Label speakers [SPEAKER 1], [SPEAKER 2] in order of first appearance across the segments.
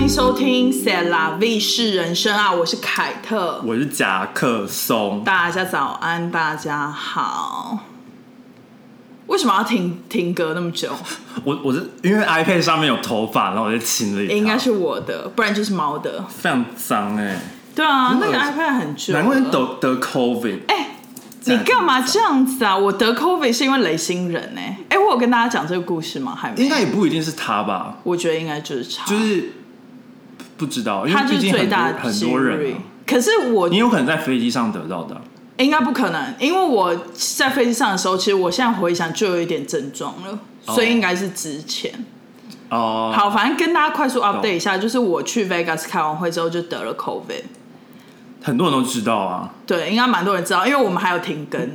[SPEAKER 1] 迎收听《塞拉 V 是人生》啊，我是凯特。
[SPEAKER 2] 我是夹克松，
[SPEAKER 1] 大家早安，大家好。为什么要停停格那么久？
[SPEAKER 2] 我我是因为 iPad 上面有头发，然后我就清理它，
[SPEAKER 1] 应该是我的，不然就是毛的。
[SPEAKER 2] 非常脏哎、
[SPEAKER 1] 对啊，那个
[SPEAKER 2] 嗯
[SPEAKER 1] iPad 很旧了。
[SPEAKER 2] 难怪你
[SPEAKER 1] 嗯
[SPEAKER 2] 得得 COVID，
[SPEAKER 1] 哎、你干嘛这样子啊？我得 COVID 是因为雷星人呢、哎、我有跟大家讲这个故事吗？还没。
[SPEAKER 2] 应该也不一定是他吧，
[SPEAKER 1] 我觉得应该就是他，
[SPEAKER 2] 就是不知道，因
[SPEAKER 1] 他
[SPEAKER 2] 为
[SPEAKER 1] 就
[SPEAKER 2] 毕
[SPEAKER 1] 是
[SPEAKER 2] 竟
[SPEAKER 1] 最
[SPEAKER 2] 很多
[SPEAKER 1] 大的
[SPEAKER 2] 很
[SPEAKER 1] 几
[SPEAKER 2] 多
[SPEAKER 1] 率
[SPEAKER 2] 人、啊，
[SPEAKER 1] 可是我
[SPEAKER 2] 你有可能在飞机上得到的啊，
[SPEAKER 1] 应该不可能，因为我在飞机上的时候，其实我现在回想就有一点症状了，
[SPEAKER 2] 哦
[SPEAKER 1] 所以应该是之前。
[SPEAKER 2] 哦、
[SPEAKER 1] 好，反正跟大家快速 update 一下，就是我去 Vegas 开完会之后就得了 COVID，
[SPEAKER 2] 很多人都知道啊。
[SPEAKER 1] 对，应该蛮多人知道，因为我们还有停更。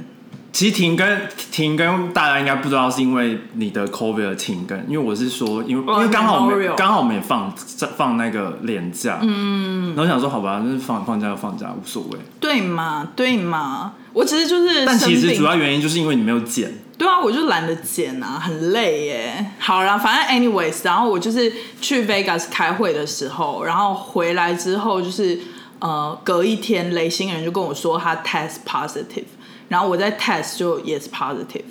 [SPEAKER 2] 其实停更停更，大家应该不知道是因为你的 COVID 而停更，因为我是说，因为
[SPEAKER 1] 哦
[SPEAKER 2] 因为刚好我
[SPEAKER 1] Memorial
[SPEAKER 2] 们刚好我们也放放那个年假，嗯，然后想说好吧，那放放假就放假，无所谓。
[SPEAKER 1] 对嘛，对嘛，我只是就是
[SPEAKER 2] 但
[SPEAKER 1] 生
[SPEAKER 2] 其实
[SPEAKER 1] 病
[SPEAKER 2] 主要原因就是因为你没有剪，
[SPEAKER 1] 对啊，我就懒得剪啊，很累耶。好啦，反正 anyways，然后我就是去 Vegas 开会的时候，然后回来之后就是呃，隔一天雷星人就跟我说他 test positive，然后我在 test 就也是 positive，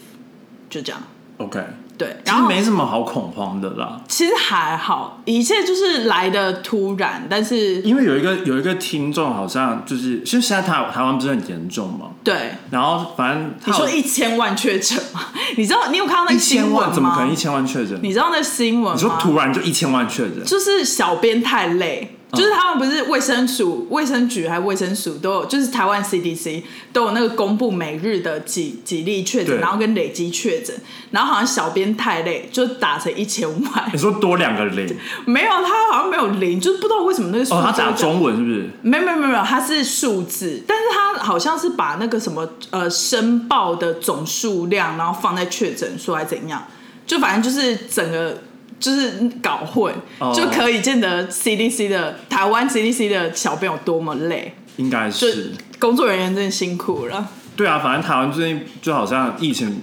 [SPEAKER 1] 就这样。
[SPEAKER 2] OK，
[SPEAKER 1] 对，
[SPEAKER 2] 其
[SPEAKER 1] 然
[SPEAKER 2] 实
[SPEAKER 1] 后
[SPEAKER 2] 没什么好恐慌的啦。
[SPEAKER 1] 其实还好，一切就是来的突然，但是
[SPEAKER 2] 因为有一个有一个听众好像就是，就现在台台湾不是很严重嘛，
[SPEAKER 1] 对
[SPEAKER 2] 然后反正
[SPEAKER 1] 你
[SPEAKER 2] 他
[SPEAKER 1] 说
[SPEAKER 2] 有
[SPEAKER 1] 一千万确诊吗？ 你知道你有看到那
[SPEAKER 2] 一
[SPEAKER 1] 个新
[SPEAKER 2] 千
[SPEAKER 1] 闻
[SPEAKER 2] 万，
[SPEAKER 1] 吗？
[SPEAKER 2] 怎么可能一千万确诊？
[SPEAKER 1] 你知道那新闻吗？
[SPEAKER 2] 你说突然就一千万确诊，
[SPEAKER 1] 就是小编太累，
[SPEAKER 2] 嗯
[SPEAKER 1] 就是他们不是卫生署、卫生局还卫生署都有，就是台湾 CDC 都有那个公布每日的几几例确诊，
[SPEAKER 2] 对
[SPEAKER 1] 然后跟累积确诊，然后好像小编太累，就打成一千万
[SPEAKER 2] 你，说多两个零
[SPEAKER 1] 没有他好像没有零，就是不知道为什么那个数字
[SPEAKER 2] 哦，他
[SPEAKER 1] 会
[SPEAKER 2] 打
[SPEAKER 1] 这样。
[SPEAKER 2] 中文是不是？
[SPEAKER 1] 没有没有没有没有，它是数字，但是它好像是把那个什么呃申报的总数量，然后放在确诊数还怎样，就反正就是整个就是搞混，
[SPEAKER 2] 哦
[SPEAKER 1] 就可以见得 CDC 的台湾 CDC 的小朋友多么累，
[SPEAKER 2] 应该，
[SPEAKER 1] 就是工作人员真的辛苦了。
[SPEAKER 2] 对啊，反正台湾最近就好像疫情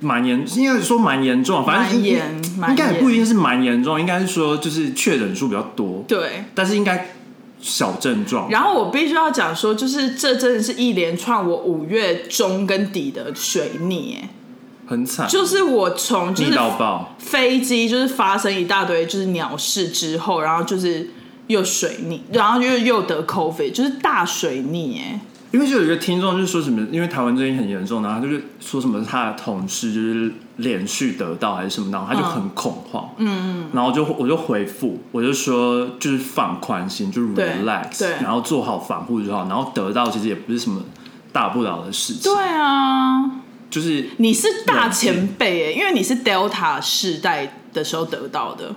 [SPEAKER 2] 蛮严，应该说蛮严重，啊反正
[SPEAKER 1] 蛮严蛮严
[SPEAKER 2] 应该也不一定是蛮严重，应该是说就是确诊数比较多，
[SPEAKER 1] 对，
[SPEAKER 2] 但是应该小症状。
[SPEAKER 1] 然后我必须要讲说，就是这真的是一连串我五月中跟底的水逆，哎，
[SPEAKER 2] 很惨，
[SPEAKER 1] 就是我从就是
[SPEAKER 2] 逆到爆。
[SPEAKER 1] 飞机就是发生一大堆就是鸟事之后，然后就是又水逆，然后又又得 COVID，就是大水逆哎、
[SPEAKER 2] 因为就有一个听众就说什么，因为台湾最近很严重，然后他就是说什么他的同事就是连续得到还是什么，然后他就很恐慌，嗯嗯，然后就我就回复，我就说就是放宽心，就
[SPEAKER 1] 对
[SPEAKER 2] relax，
[SPEAKER 1] 对
[SPEAKER 2] 然后做好防护就好，然后得到其实也不是什么大不了的事情，
[SPEAKER 1] 对啊，
[SPEAKER 2] 就是
[SPEAKER 1] 你是大前辈哎、因为你是 Delta 世代的时候得到的，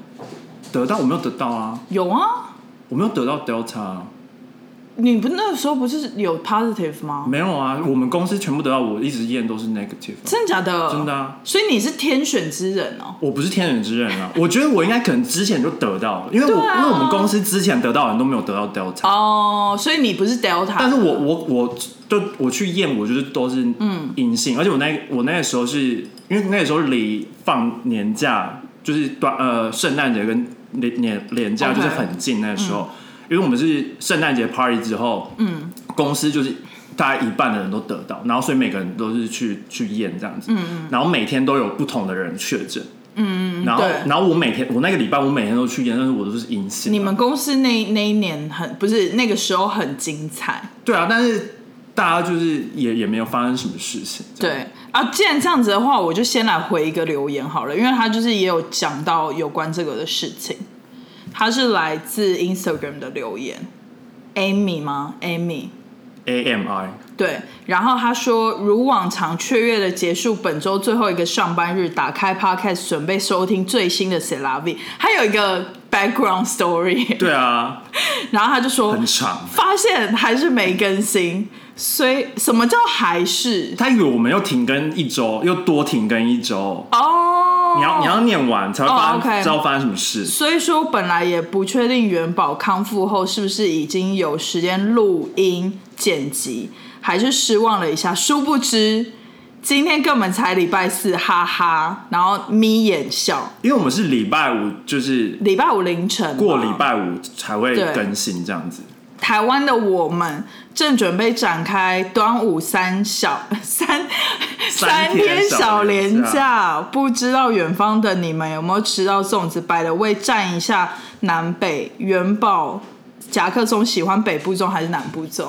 [SPEAKER 2] 得到我没有得到啊，
[SPEAKER 1] 有啊，
[SPEAKER 2] 我没有得到 Delta，啊
[SPEAKER 1] 你不那个时候不是有 positive 吗？
[SPEAKER 2] 没有啊，我们公司全部得到，我一直验都是 negative，啊、
[SPEAKER 1] 真的假的？
[SPEAKER 2] 真的啊
[SPEAKER 1] 所以你是天选之人哦、
[SPEAKER 2] 我不是天选之人啊，我觉得我应该可能之前就得到了，因为我、
[SPEAKER 1] 对啊
[SPEAKER 2] 因为我们公司之前得到的人都没有得到 Delta，、
[SPEAKER 1] 哦，所以你不是 Delta，
[SPEAKER 2] 但是我我我就我去验，我就是都是阴性，而且我那我那个时候是因为那个时候离放年假就是端呃圣诞节跟年年年假
[SPEAKER 1] OK
[SPEAKER 2] 就是很近，那个时候因为我们是圣诞节 party 之后，嗯，公司就是。大概一半的人都得到，然后所以每个人都是去去验这样子，嗯、然后每天都有不同的人确诊，嗯，然后
[SPEAKER 1] 对
[SPEAKER 2] 然后我每天我那个礼拜我每天都去验，但是我都是阴性啊。
[SPEAKER 1] 你们公司那那一年很不是那个时候很精彩。
[SPEAKER 2] 对啊，但是大家就是也也没有发生什么事情。这样，
[SPEAKER 1] 对啊，既然这样子的话，我就先来回一个留言好了，因为他就是也有讲到有关这个的事情。他是来自 Instagram 的留言，Amy 吗？Amy。
[SPEAKER 2] A M I
[SPEAKER 1] 对，然后他说，如往常雀跃的结束本周最后一个上班日，打开 Podcast 准备收听最新的 c e l a v i 还有一个 background story，
[SPEAKER 2] 对啊，
[SPEAKER 1] 然后他就说，
[SPEAKER 2] 很长。
[SPEAKER 1] 发现还是没更新，所以什么叫还是？
[SPEAKER 2] 他以为我们又停更一周，又多停更一周。
[SPEAKER 1] 哦，
[SPEAKER 2] 你要你要念完才会
[SPEAKER 1] 哦
[SPEAKER 2] 发生、
[SPEAKER 1] OK
[SPEAKER 2] 知道发生什么事。
[SPEAKER 1] 所以说，本来也不确定元宝康复后是不是已经有时间录音剪辑，还是失望了一下。殊不知，今天根本才礼拜四，哈哈，然后眯眼笑。
[SPEAKER 2] 因为我们是礼拜五，就是
[SPEAKER 1] 礼拜五凌晨
[SPEAKER 2] 过礼
[SPEAKER 1] 吧
[SPEAKER 2] 拜五才会
[SPEAKER 1] 对
[SPEAKER 2] 更新这样子。
[SPEAKER 1] 台湾的我们正准备展开端午三小三
[SPEAKER 2] 三天
[SPEAKER 1] 天
[SPEAKER 2] 小
[SPEAKER 1] 小
[SPEAKER 2] 连
[SPEAKER 1] 连
[SPEAKER 2] 假
[SPEAKER 1] 假，不知道远方的你们有没有吃到粽子？摆的位站一下南北元宝。夹克中喜欢北部粽还是南部粽？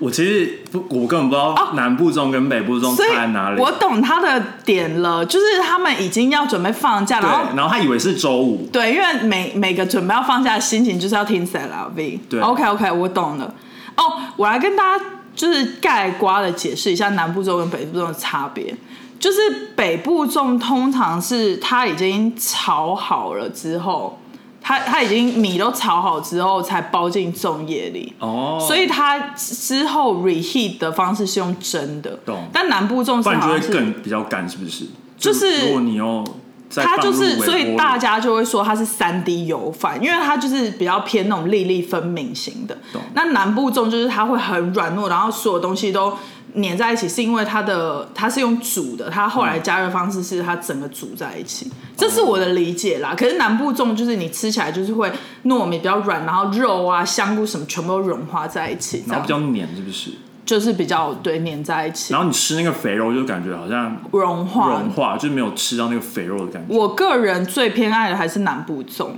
[SPEAKER 2] 我其实不，我根本不知道
[SPEAKER 1] 哦
[SPEAKER 2] 南部粽跟北部粽
[SPEAKER 1] 所以
[SPEAKER 2] 差在哪里。
[SPEAKER 1] 我懂他的点了，就是他们已经要准备放假，
[SPEAKER 2] 对
[SPEAKER 1] 然后，
[SPEAKER 2] 然后他以为是周五，
[SPEAKER 1] 对，因为每每个准备要放假的心情就是要听 C L V。
[SPEAKER 2] 对
[SPEAKER 1] ，OK OK，我懂了。哦，我来跟大家就是概括的解释一下南部粽跟北部粽的差别。就是北部粽通常是它已经炒好了之后，它它已经米都炒好之后才包进粽叶里。
[SPEAKER 2] 哦，
[SPEAKER 1] 所以它之后 reheat 的方式是用蒸的
[SPEAKER 2] 懂，
[SPEAKER 1] 但南部粽
[SPEAKER 2] 不
[SPEAKER 1] 是
[SPEAKER 2] 然就
[SPEAKER 1] 好
[SPEAKER 2] 会
[SPEAKER 1] 像是
[SPEAKER 2] 更比较干，是不是？
[SPEAKER 1] 就是
[SPEAKER 2] 如果你用，
[SPEAKER 1] 它就是，所以大家就会说它是三 D 油饭，因为它就是比较偏那种粒粒分明型的
[SPEAKER 2] 懂。
[SPEAKER 1] 那南部粽就是它会很软糯，然后所有东西都粘在一起，是因为它的它是用煮的，它后来
[SPEAKER 2] 嗯
[SPEAKER 1] 加热方式是它整个煮在一起，这是我的理解啦。可是南部粽就是你吃起来就是会糯米比较软，然后肉啊香菇什么全部都融化在一起，这
[SPEAKER 2] 然后
[SPEAKER 1] 样
[SPEAKER 2] 比较黏，是不是？
[SPEAKER 1] 就是比较对粘在一起
[SPEAKER 2] 然后你吃那个肥肉，就感觉好像
[SPEAKER 1] 融化
[SPEAKER 2] 融化，就是没有吃到那个肥肉的感觉。
[SPEAKER 1] 我个人最偏爱的还是南部粽，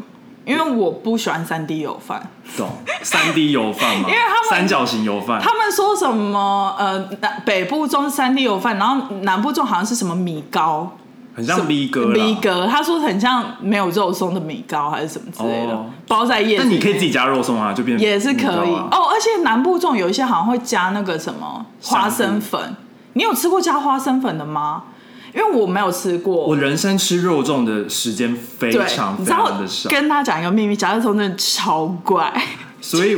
[SPEAKER 1] 因为我不喜欢三 D 油饭。
[SPEAKER 2] 懂？三 D 油饭嘛，
[SPEAKER 1] 因为他们
[SPEAKER 2] 三角形油饭，
[SPEAKER 1] 他们说什么？呃，南北部粽是三 D 油饭，然后南部粽好像是什么米糕，
[SPEAKER 2] 很像 V 哥啦
[SPEAKER 1] V 哥，他说很像没有肉松的米糕还是什么之类的，
[SPEAKER 2] 哦
[SPEAKER 1] 包在叶子
[SPEAKER 2] 但
[SPEAKER 1] 里面。
[SPEAKER 2] 你可以自己加肉松啊，就变
[SPEAKER 1] 也是可以、
[SPEAKER 2] 米糕啊
[SPEAKER 1] 哦，而且南部粽有一些好像会加那个什么花生粉，你有吃过加花生粉的吗？因为我没有吃过，
[SPEAKER 2] 我人生吃肉粽的时间非
[SPEAKER 1] 对，
[SPEAKER 2] 常
[SPEAKER 1] 你
[SPEAKER 2] 非
[SPEAKER 1] 知道
[SPEAKER 2] 常的少，
[SPEAKER 1] 跟大家讲一个秘密，夹克松真的超怪，
[SPEAKER 2] 所以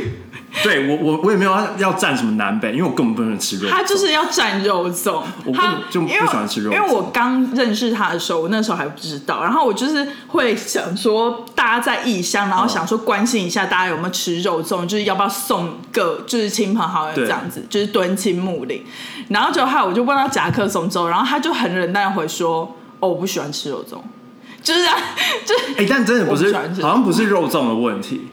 [SPEAKER 2] 对我我我也没有要要占什么南北，因为我根本不能吃肉粽。
[SPEAKER 1] 他就是要蘸肉粽
[SPEAKER 2] 我，不
[SPEAKER 1] 他
[SPEAKER 2] 就不
[SPEAKER 1] 因为
[SPEAKER 2] 喜欢吃肉粽
[SPEAKER 1] 因为我刚认识他的时候，我那时候还不知道，然后我就是会想说，大家在异乡，然后想说关心一下大家有没有吃肉粽，就是要不要送个就是亲朋好友
[SPEAKER 2] 对
[SPEAKER 1] 这样子，就是敦亲睦邻。然后就害我就问到夹克松之后，然后他就很冷淡地回说：“哦，我不喜欢吃肉粽。”就是啊，就是
[SPEAKER 2] 哎、但真的不
[SPEAKER 1] 我不
[SPEAKER 2] 是，
[SPEAKER 1] 喜欢吃嗯
[SPEAKER 2] 好像不是肉粽的问题，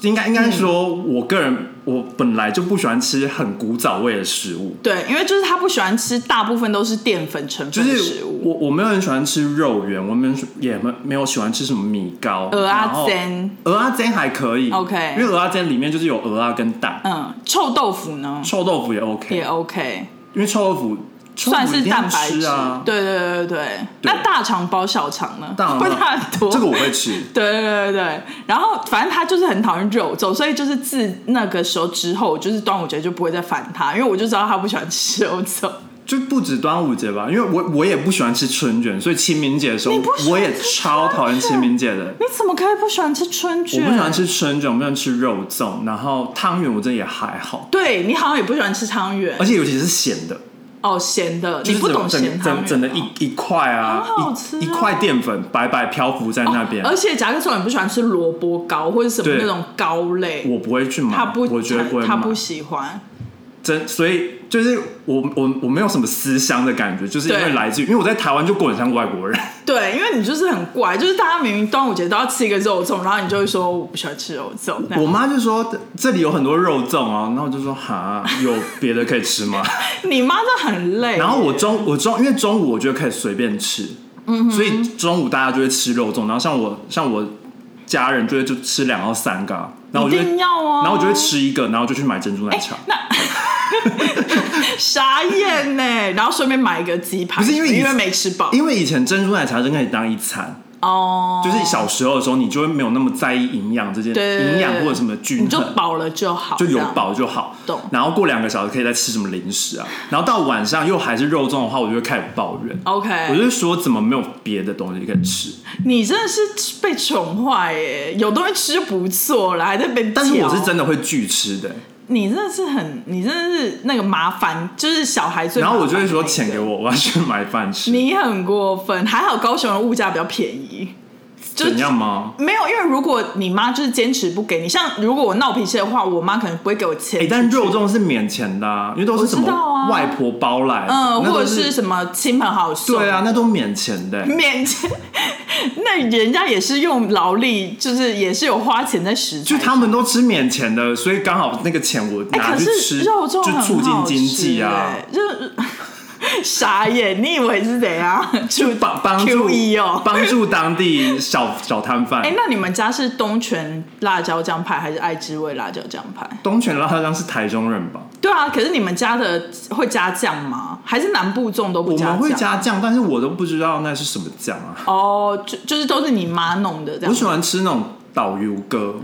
[SPEAKER 2] 应该应该说，我个人我本来就不喜欢吃很古早味的食物，
[SPEAKER 1] 对，因为就是他不喜欢吃，大部分都是淀粉成
[SPEAKER 2] 就
[SPEAKER 1] 分的
[SPEAKER 2] 是
[SPEAKER 1] 食物，
[SPEAKER 2] 我我没有很喜欢吃肉圆，我没有也没没有喜欢吃什么米糕，
[SPEAKER 1] 蚵
[SPEAKER 2] 然
[SPEAKER 1] 仔
[SPEAKER 2] 后
[SPEAKER 1] 煎，
[SPEAKER 2] 鹅阿煎还可以
[SPEAKER 1] OK
[SPEAKER 2] 因为鹅阿煎里面就是有鹅阿跟蛋，
[SPEAKER 1] 嗯，臭豆腐呢
[SPEAKER 2] 臭豆腐也 OK，
[SPEAKER 1] 也 OK，
[SPEAKER 2] 因为臭豆腐臭豆
[SPEAKER 1] 算
[SPEAKER 2] 腐一
[SPEAKER 1] 是
[SPEAKER 2] 定要
[SPEAKER 1] 蛋白
[SPEAKER 2] 吃
[SPEAKER 1] 质。
[SPEAKER 2] 啊，
[SPEAKER 1] 对对对对对。那大肠包小肠呢？
[SPEAKER 2] 大 肠包
[SPEAKER 1] 会差很多。
[SPEAKER 2] 啊这个我会吃。
[SPEAKER 1] 对对对对对，然后反正他就是很讨厌肉粽，所以就是自那个时候之后，就是端午节就不会再烦他，因为我就知道他不喜欢吃肉粽。
[SPEAKER 2] 就不止端午节吧，因为我我也不喜欢吃春卷，所以清明节的时候
[SPEAKER 1] 你不喜欢
[SPEAKER 2] 我也超讨厌清明节的。
[SPEAKER 1] 你怎么可以不喜欢吃春
[SPEAKER 2] 我
[SPEAKER 1] 卷？
[SPEAKER 2] 不喜欢。吃春卷，我不喜欢吃肉粽，然后汤圆我真的也还好，
[SPEAKER 1] 对你好像也不喜欢吃汤圆
[SPEAKER 2] 而且尤其是咸的，
[SPEAKER 1] 哦，咸的，
[SPEAKER 2] 就
[SPEAKER 1] 你
[SPEAKER 2] 是
[SPEAKER 1] 不
[SPEAKER 2] 整
[SPEAKER 1] 懂咸
[SPEAKER 2] 整
[SPEAKER 1] 汤
[SPEAKER 2] 整
[SPEAKER 1] 圆
[SPEAKER 2] 整的
[SPEAKER 1] 哦
[SPEAKER 2] 一一块啊，
[SPEAKER 1] 好好
[SPEAKER 2] 一
[SPEAKER 1] 吃
[SPEAKER 2] 一
[SPEAKER 1] 哦
[SPEAKER 2] 块淀粉白白漂浮在那边，
[SPEAKER 1] 而且夹克松也不喜欢吃萝卜糕或者什么
[SPEAKER 2] 对
[SPEAKER 1] 那种糕类，
[SPEAKER 2] 我不会去买，
[SPEAKER 1] 他不，
[SPEAKER 2] 我绝对不会
[SPEAKER 1] 他
[SPEAKER 2] 买
[SPEAKER 1] 不，喜欢。
[SPEAKER 2] 真所以就是我我我没有什么思乡的感觉，就是因为
[SPEAKER 1] 对
[SPEAKER 2] 来自于因为我在台湾就过得很像外国人，
[SPEAKER 1] 对，因为你就是很怪，就是大家明明端午节都要吃一个肉粽，然后你就会说我不喜欢吃肉粽。那
[SPEAKER 2] 我妈就说这里有很多肉粽哦，然后我就说哈，有别的可以吃吗？
[SPEAKER 1] 你妈这很累。
[SPEAKER 2] 然后我中我中因为中午我觉得可以随便吃，
[SPEAKER 1] 嗯
[SPEAKER 2] 所以中午大家就会吃肉粽，然后像我像我家人就会就吃两到三个啊，然后我就
[SPEAKER 1] 一
[SPEAKER 2] 会
[SPEAKER 1] 定要哎哦，
[SPEAKER 2] 然后我就会吃一个，然后就去买珍珠奶茶。
[SPEAKER 1] 那傻眼呢，然后顺便买一个鸡排，
[SPEAKER 2] 不是因为以
[SPEAKER 1] 因为没吃饱
[SPEAKER 2] 因为以前珍珠奶茶真可以当一餐，
[SPEAKER 1] 哦，
[SPEAKER 2] 就是小时候的时候，你就会没有那么在意营养这件
[SPEAKER 1] 对对对
[SPEAKER 2] 营养或者什么
[SPEAKER 1] 你
[SPEAKER 2] 均
[SPEAKER 1] 就
[SPEAKER 2] 衡，
[SPEAKER 1] 饱了就好，
[SPEAKER 2] 就有
[SPEAKER 1] 这样。
[SPEAKER 2] 饱就好
[SPEAKER 1] 懂。
[SPEAKER 2] 然后过两个小时可以再吃什么零食啊，然后到晚上又还是肉粽的话，我就会开始抱怨。
[SPEAKER 1] 哦
[SPEAKER 2] 我
[SPEAKER 1] OK，
[SPEAKER 2] 就说怎么没有别的东西可以吃？
[SPEAKER 1] 你真的是被宠坏耶！有东西吃就不错了，还在被
[SPEAKER 2] 但是我是
[SPEAKER 1] 嚼
[SPEAKER 2] 真的会拒吃的、
[SPEAKER 1] 你真的是很，你真的是那个麻烦，就是小孩最。
[SPEAKER 2] 然后我就会说 钱给。我，我要去买饭吃。
[SPEAKER 1] 你很过分，还好高雄的物价比较便宜，就
[SPEAKER 2] 怎样吗？
[SPEAKER 1] 没有，因为如果你妈就是坚持不给你，像如果我闹脾气的话，我妈可能不会给我钱
[SPEAKER 2] 哎、
[SPEAKER 1] 出去。
[SPEAKER 2] 但肉粽是免钱的、啊，因为都是什
[SPEAKER 1] 我知道啊
[SPEAKER 2] 么外婆包来的，
[SPEAKER 1] 嗯，
[SPEAKER 2] 那
[SPEAKER 1] 或
[SPEAKER 2] 都
[SPEAKER 1] 者是什么亲朋好友送，
[SPEAKER 2] 对啊，那都免钱的、
[SPEAKER 1] 免钱， 那人家也是用劳力，就是也是有花钱在食材
[SPEAKER 2] 就
[SPEAKER 1] 上，
[SPEAKER 2] 他们都吃免钱的，所以刚好那个钱我
[SPEAKER 1] 哎、
[SPEAKER 2] 拿
[SPEAKER 1] 可
[SPEAKER 2] 去
[SPEAKER 1] 是
[SPEAKER 2] 吃，
[SPEAKER 1] 肉粽很
[SPEAKER 2] 就
[SPEAKER 1] 好
[SPEAKER 2] 促进经济啊
[SPEAKER 1] 吃，哎就是。 傻眼，你以为是怎 样？
[SPEAKER 2] 就 E 帮帮助
[SPEAKER 1] QE 哦
[SPEAKER 2] 帮助当地小小摊贩。
[SPEAKER 1] 哎、那你们家是东泉辣椒酱派还是爱之味辣椒酱派？
[SPEAKER 2] 东泉辣椒酱是台中人吧？
[SPEAKER 1] 对啊，可是你们家的会加酱吗？还是南部粽都不
[SPEAKER 2] 我
[SPEAKER 1] 加酱？
[SPEAKER 2] 们会加酱，但是我都不知道那是什么酱啊。
[SPEAKER 1] 哦，就就是都是你妈弄的这
[SPEAKER 2] 我
[SPEAKER 1] 样
[SPEAKER 2] 喜。欢吃那种导游哥，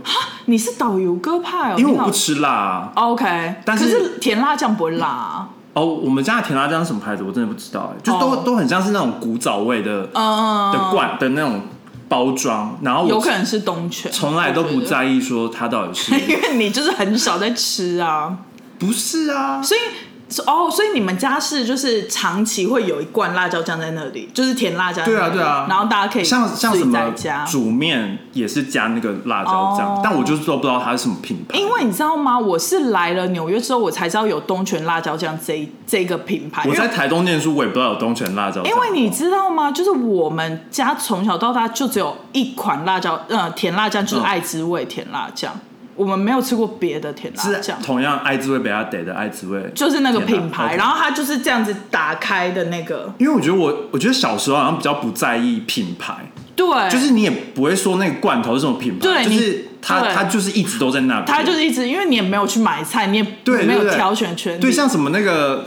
[SPEAKER 1] 你是导游哥派哦，
[SPEAKER 2] 因为
[SPEAKER 1] 你
[SPEAKER 2] 我
[SPEAKER 1] 好
[SPEAKER 2] 不吃辣、啊。
[SPEAKER 1] OK，
[SPEAKER 2] 但是
[SPEAKER 1] 可是甜辣酱不会辣、啊，
[SPEAKER 2] 哦，我们家的甜辣酱是什么牌子？我真的不知道、哎，就都、
[SPEAKER 1] 哦
[SPEAKER 2] 都很像是那种古早味的、
[SPEAKER 1] 嗯，
[SPEAKER 2] 的罐的那种包装，然后
[SPEAKER 1] 有
[SPEAKER 2] 我
[SPEAKER 1] 可能是东泉，
[SPEAKER 2] 从来都不在意说它到 底是
[SPEAKER 1] 我觉得，因为你就是很少在吃啊，
[SPEAKER 2] 不是啊。
[SPEAKER 1] 所以哦，所以你们家是就是长期会有一罐辣椒酱在那里，就是甜辣椒在那里，
[SPEAKER 2] 对啊对啊
[SPEAKER 1] 然后大家可以
[SPEAKER 2] 像像
[SPEAKER 1] 自
[SPEAKER 2] 什
[SPEAKER 1] 己在
[SPEAKER 2] 么
[SPEAKER 1] 家。
[SPEAKER 2] 煮面也是加那个辣椒酱，
[SPEAKER 1] 哦
[SPEAKER 2] 但我就是都不知道它是什么品牌。
[SPEAKER 1] 因为你知道吗？我是来了纽约之后，我才知道有东泉辣椒酱这一这个品牌。因
[SPEAKER 2] 我
[SPEAKER 1] 为
[SPEAKER 2] 在台东念书，我也不知道有东泉辣椒酱。
[SPEAKER 1] 因为你知道吗？就是我们家从小到大就只有一款辣椒，呃，甜辣酱就是
[SPEAKER 2] 嗯
[SPEAKER 1] 爱滋味甜辣酱，我们没有吃过别的甜辣
[SPEAKER 2] 是啊
[SPEAKER 1] 酱，
[SPEAKER 2] 同样爱滋味北亚得的爱滋味，
[SPEAKER 1] 就是那个品
[SPEAKER 2] 甜辣
[SPEAKER 1] 牌，
[SPEAKER 2] ，OK
[SPEAKER 1] 然后它就是这样子打开的那个，
[SPEAKER 2] 因为我觉得我，我觉得小时候好像比较不在意品牌，
[SPEAKER 1] 对，
[SPEAKER 2] 就是你也不会说那个罐头是什么品牌，
[SPEAKER 1] 对
[SPEAKER 2] 就
[SPEAKER 1] 你
[SPEAKER 2] 是它
[SPEAKER 1] 对
[SPEAKER 2] 它就是一直都在那边，
[SPEAKER 1] 它就是一直，因为你也没有去买菜，你也
[SPEAKER 2] 对
[SPEAKER 1] 没有
[SPEAKER 2] 对对
[SPEAKER 1] 挑选权利，
[SPEAKER 2] 对，像什么那 个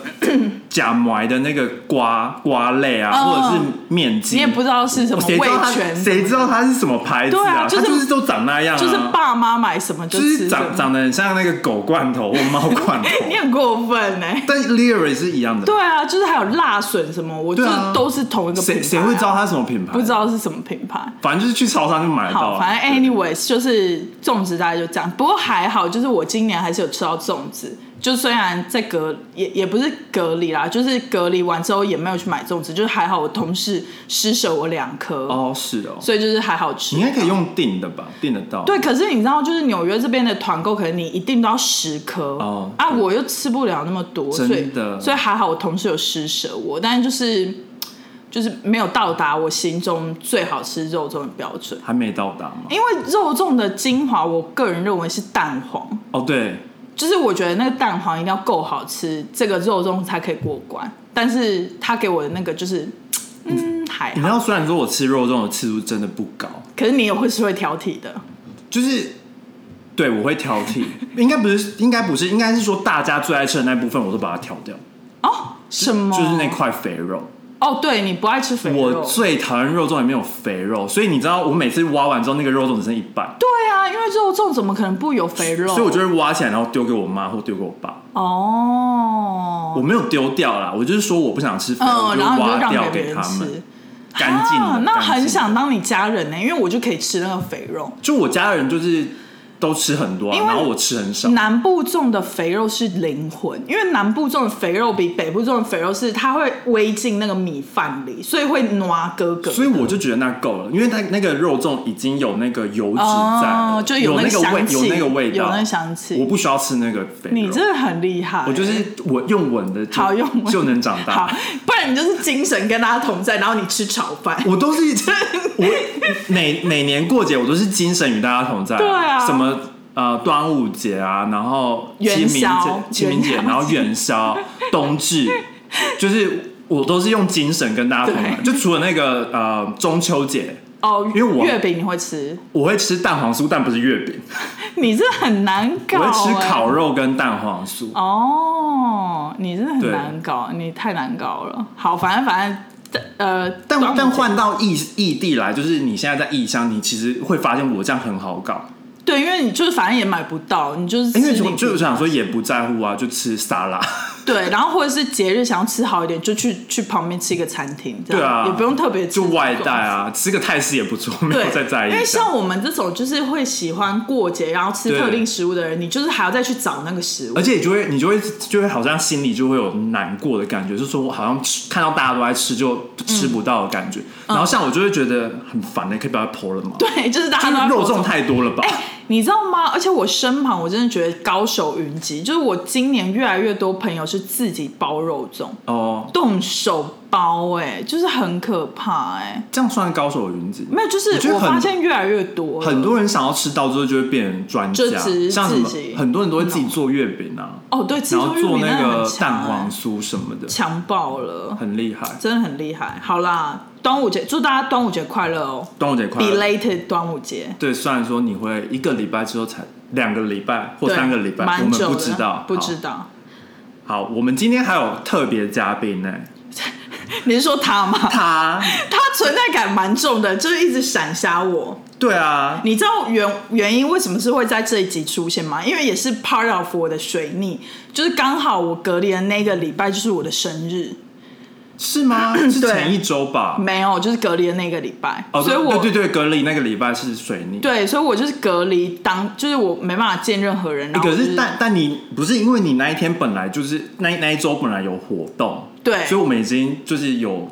[SPEAKER 2] 假埋的那个瓜瓜类啊，
[SPEAKER 1] 嗯
[SPEAKER 2] 或者是面筋，
[SPEAKER 1] 你也不知道是什么
[SPEAKER 2] 谁
[SPEAKER 1] 味
[SPEAKER 2] 知道它
[SPEAKER 1] 全，
[SPEAKER 2] 谁知道它是什么牌子
[SPEAKER 1] 对啊
[SPEAKER 2] 它
[SPEAKER 1] 就是
[SPEAKER 2] 就是都长那样啊，
[SPEAKER 1] 就是爸妈买什么就
[SPEAKER 2] 就
[SPEAKER 1] 吃
[SPEAKER 2] 是
[SPEAKER 1] 什
[SPEAKER 2] 长
[SPEAKER 1] 么，
[SPEAKER 2] 长得很像那个狗罐头或猫罐头，
[SPEAKER 1] 你很过分呢、欸
[SPEAKER 2] 但 Leary 是一样的，
[SPEAKER 1] 对啊，就是还有辣笋什么，我就
[SPEAKER 2] 对啊
[SPEAKER 1] 都是同一个品牌、
[SPEAKER 2] 谁
[SPEAKER 1] 啊，
[SPEAKER 2] 谁会知道它是什么品牌？
[SPEAKER 1] 不知，道是什么品牌？
[SPEAKER 2] 反正就是去超商就买得到
[SPEAKER 1] 好，
[SPEAKER 2] 啊。
[SPEAKER 1] 反正哎
[SPEAKER 2] 对
[SPEAKER 1] anyways 就是粽子大概就这样。不过还好，就是我今年还是有吃到粽子，就虽然在隔也也不是隔离啦，就是隔离完之后也没有去买粽子，就是还好我同事施舍我两颗，
[SPEAKER 2] 哦是哦，
[SPEAKER 1] 所以就是还好吃
[SPEAKER 2] 你应。该可以用订的吧，订得到。
[SPEAKER 1] 对，可是你知道，就是纽约这边的团购，可能你一定都要十颗
[SPEAKER 2] 哦
[SPEAKER 1] 啊，我又吃不了那么多，所以
[SPEAKER 2] 真的
[SPEAKER 1] 所以还好我同事有施舍我，但是就是就是没有到达我心中最好吃肉粽的标准。
[SPEAKER 2] 还没到达吗？
[SPEAKER 1] 因为肉粽的精华，我个人认为是蛋黄，
[SPEAKER 2] 哦对，
[SPEAKER 1] 就是我觉得那个蛋黄一定要够好吃，这个肉粽才可以过关。但是他给我的那个就是，嗯，还
[SPEAKER 2] 你
[SPEAKER 1] 好。
[SPEAKER 2] 知道虽然说我吃肉粽的次数真的不高，
[SPEAKER 1] 可是你也会是会挑剔的，
[SPEAKER 2] 就是对我会挑剔， 应该不是，应该不是，应该是说大家最爱吃的那部分我都把它挑掉，
[SPEAKER 1] 哦？什么？
[SPEAKER 2] 就是那块肥肉。
[SPEAKER 1] 哦，对你不爱吃肥
[SPEAKER 2] 我
[SPEAKER 1] 肉。
[SPEAKER 2] 最讨厌肉粽里面有肥肉，所以你知道我每次挖完之后那个肉粽只剩一半，
[SPEAKER 1] 对啊，因为肉粽怎么可能不有肥肉？
[SPEAKER 2] 所以我就会挖起来然后丢给我妈或丢给我爸。我
[SPEAKER 1] 哦，
[SPEAKER 2] 没有丢掉啦，我就是说我不想吃肥肉，我
[SPEAKER 1] 嗯，
[SPEAKER 2] 就
[SPEAKER 1] 然后你就
[SPEAKER 2] 挖
[SPEAKER 1] 让
[SPEAKER 2] 掉
[SPEAKER 1] 给别
[SPEAKER 2] 给
[SPEAKER 1] 人
[SPEAKER 2] 他
[SPEAKER 1] 吃
[SPEAKER 2] 们，，干净
[SPEAKER 1] 啊
[SPEAKER 2] 的。
[SPEAKER 1] 那
[SPEAKER 2] 干净
[SPEAKER 1] 很
[SPEAKER 2] 的
[SPEAKER 1] 想当你家人呢、欸因为我就可以吃那个肥肉。
[SPEAKER 2] 就我家人就是都吃很多、啊，
[SPEAKER 1] 因为
[SPEAKER 2] 然后我吃很少。
[SPEAKER 1] 南部粽的肥肉是灵魂，因为南部粽的肥肉比北部粽的肥肉是它会煨进那个米饭里，所以会糯哥哥。
[SPEAKER 2] 所以我就觉得那够了，因为它那个肉粽已经有那个油脂在了，
[SPEAKER 1] 哦，就
[SPEAKER 2] 有
[SPEAKER 1] 那
[SPEAKER 2] 那个味
[SPEAKER 1] 香，气，
[SPEAKER 2] 有那个味道，
[SPEAKER 1] 有那个香
[SPEAKER 2] 我
[SPEAKER 1] 气。
[SPEAKER 2] 不需要吃那个肥肉，
[SPEAKER 1] 你真的很厉害、
[SPEAKER 2] 我就是我用吻的就
[SPEAKER 1] 好用闻
[SPEAKER 2] 就能长
[SPEAKER 1] 好
[SPEAKER 2] 大。，
[SPEAKER 1] 不然你就是精神跟大家同在，然后你吃炒饭。
[SPEAKER 2] 我都是我每每年过节我都是精神与大家同在，
[SPEAKER 1] 对啊
[SPEAKER 2] 什么呃端午节啊，然后清
[SPEAKER 1] 元
[SPEAKER 2] 明节
[SPEAKER 1] 宵、
[SPEAKER 2] 清明节，
[SPEAKER 1] 元宵
[SPEAKER 2] 然后 元宵、冬至，就是我都是用精神跟大家同在，
[SPEAKER 1] 对
[SPEAKER 2] 就除了那个呃中秋节。
[SPEAKER 1] 哦，
[SPEAKER 2] 因为我
[SPEAKER 1] 月饼你会吃，
[SPEAKER 2] 我会吃蛋黄酥，但不是月饼。
[SPEAKER 1] 你这很难搞、
[SPEAKER 2] 我会吃
[SPEAKER 1] 哎
[SPEAKER 2] 烤肉跟蛋黄酥。
[SPEAKER 1] 哦，你真的很
[SPEAKER 2] 对
[SPEAKER 1] 难搞，你太难搞了。好，反正反正呃，
[SPEAKER 2] 但
[SPEAKER 1] 端午
[SPEAKER 2] 但
[SPEAKER 1] 节
[SPEAKER 2] 换到异异地来，就是你现在在异乡，你其实会发现我这样很好搞，
[SPEAKER 1] 对，因为你就是反正也买不到，你就是
[SPEAKER 2] 哎因为
[SPEAKER 1] 吃
[SPEAKER 2] 就
[SPEAKER 1] 你
[SPEAKER 2] 就是想说也不在乎啊，就吃沙拉。
[SPEAKER 1] 对，然后或者是节日想要吃好一点，就去去旁边吃一个餐厅，这样
[SPEAKER 2] 对啊
[SPEAKER 1] 也不用特别 吃
[SPEAKER 2] 就外
[SPEAKER 1] 这
[SPEAKER 2] 带
[SPEAKER 1] 种
[SPEAKER 2] 啊，吃个泰式也不错，没
[SPEAKER 1] 对
[SPEAKER 2] 有，再在意
[SPEAKER 1] 因为
[SPEAKER 2] 这样。
[SPEAKER 1] 像我们这种就是会喜欢过节然后吃特
[SPEAKER 2] 对
[SPEAKER 1] 定食物的人，你就是还要再去找那个食物
[SPEAKER 2] 而。且你就会，你就会，就会好像心里就会有难过的感觉，就是说我好像吃看到大家都在吃，就吃不到的感觉。然后像我就会觉得很烦的、欸可以不要再剖了吗？
[SPEAKER 1] 嗯对，啊就是大家
[SPEAKER 2] 就
[SPEAKER 1] 都在
[SPEAKER 2] 是肉
[SPEAKER 1] 说
[SPEAKER 2] 粽太多了吧？
[SPEAKER 1] 你知道吗？而且我身旁，我真的觉得高手云集。就是我今年越来越多朋友是自己包肉粽，
[SPEAKER 2] 哦，
[SPEAKER 1] 动手包、哎，就是很可怕、哎，
[SPEAKER 2] 这样算高手云集吗？
[SPEAKER 1] 没有，就是
[SPEAKER 2] 我觉得
[SPEAKER 1] 我
[SPEAKER 2] 很
[SPEAKER 1] 发现越来越多了
[SPEAKER 2] 很多人想要吃到之后就会变成专家
[SPEAKER 1] 就只，
[SPEAKER 2] 像什么
[SPEAKER 1] 自己
[SPEAKER 2] 很多人都会自己做月饼啊，
[SPEAKER 1] 哦，对，自
[SPEAKER 2] 然后
[SPEAKER 1] 助
[SPEAKER 2] 做
[SPEAKER 1] 玉米
[SPEAKER 2] 那
[SPEAKER 1] 个
[SPEAKER 2] 个
[SPEAKER 1] 很强、
[SPEAKER 2] 蛋黄
[SPEAKER 1] 哎
[SPEAKER 2] 酥什么的，
[SPEAKER 1] 强爆了，
[SPEAKER 2] 很厉害。
[SPEAKER 1] 真的很啊厉害。好啦，端午节祝大家端午节快乐哦
[SPEAKER 2] 端午节快乐！
[SPEAKER 1] ，belated 端午节。
[SPEAKER 2] 对，虽然说你会一个礼拜之后才两个礼拜或
[SPEAKER 1] 对
[SPEAKER 2] 三个礼拜，我
[SPEAKER 1] 蛮
[SPEAKER 2] 们
[SPEAKER 1] 久
[SPEAKER 2] 不
[SPEAKER 1] 的
[SPEAKER 2] 知道，
[SPEAKER 1] 不
[SPEAKER 2] 好
[SPEAKER 1] 知道。
[SPEAKER 2] 好，我们今天还有特别嘉宾呢、
[SPEAKER 1] 你是说他吗？
[SPEAKER 2] 他，
[SPEAKER 1] 他存在感蛮重的，就是一直闪瞎我。
[SPEAKER 2] 对啊，
[SPEAKER 1] 你知道原原因为什么是会在这一集出现吗？因为也是 part of 我的水逆，就是刚好我隔离的那个礼拜就是我的生日，
[SPEAKER 2] 是吗？是
[SPEAKER 1] 对
[SPEAKER 2] 前一周吧？
[SPEAKER 1] 没有，就是隔离的那个礼拜，
[SPEAKER 2] 哦，
[SPEAKER 1] 所以
[SPEAKER 2] 对
[SPEAKER 1] 我
[SPEAKER 2] 对对对，隔离那个礼拜是水逆。
[SPEAKER 1] 对所以我就是隔离当，就是我没办法见任何人，
[SPEAKER 2] 欸
[SPEAKER 1] 然后、
[SPEAKER 2] 可，
[SPEAKER 1] 就是
[SPEAKER 2] 但但你不是因为你那一天本来就是那那一周本来有活动，
[SPEAKER 1] 对
[SPEAKER 2] 所以我们已经就是有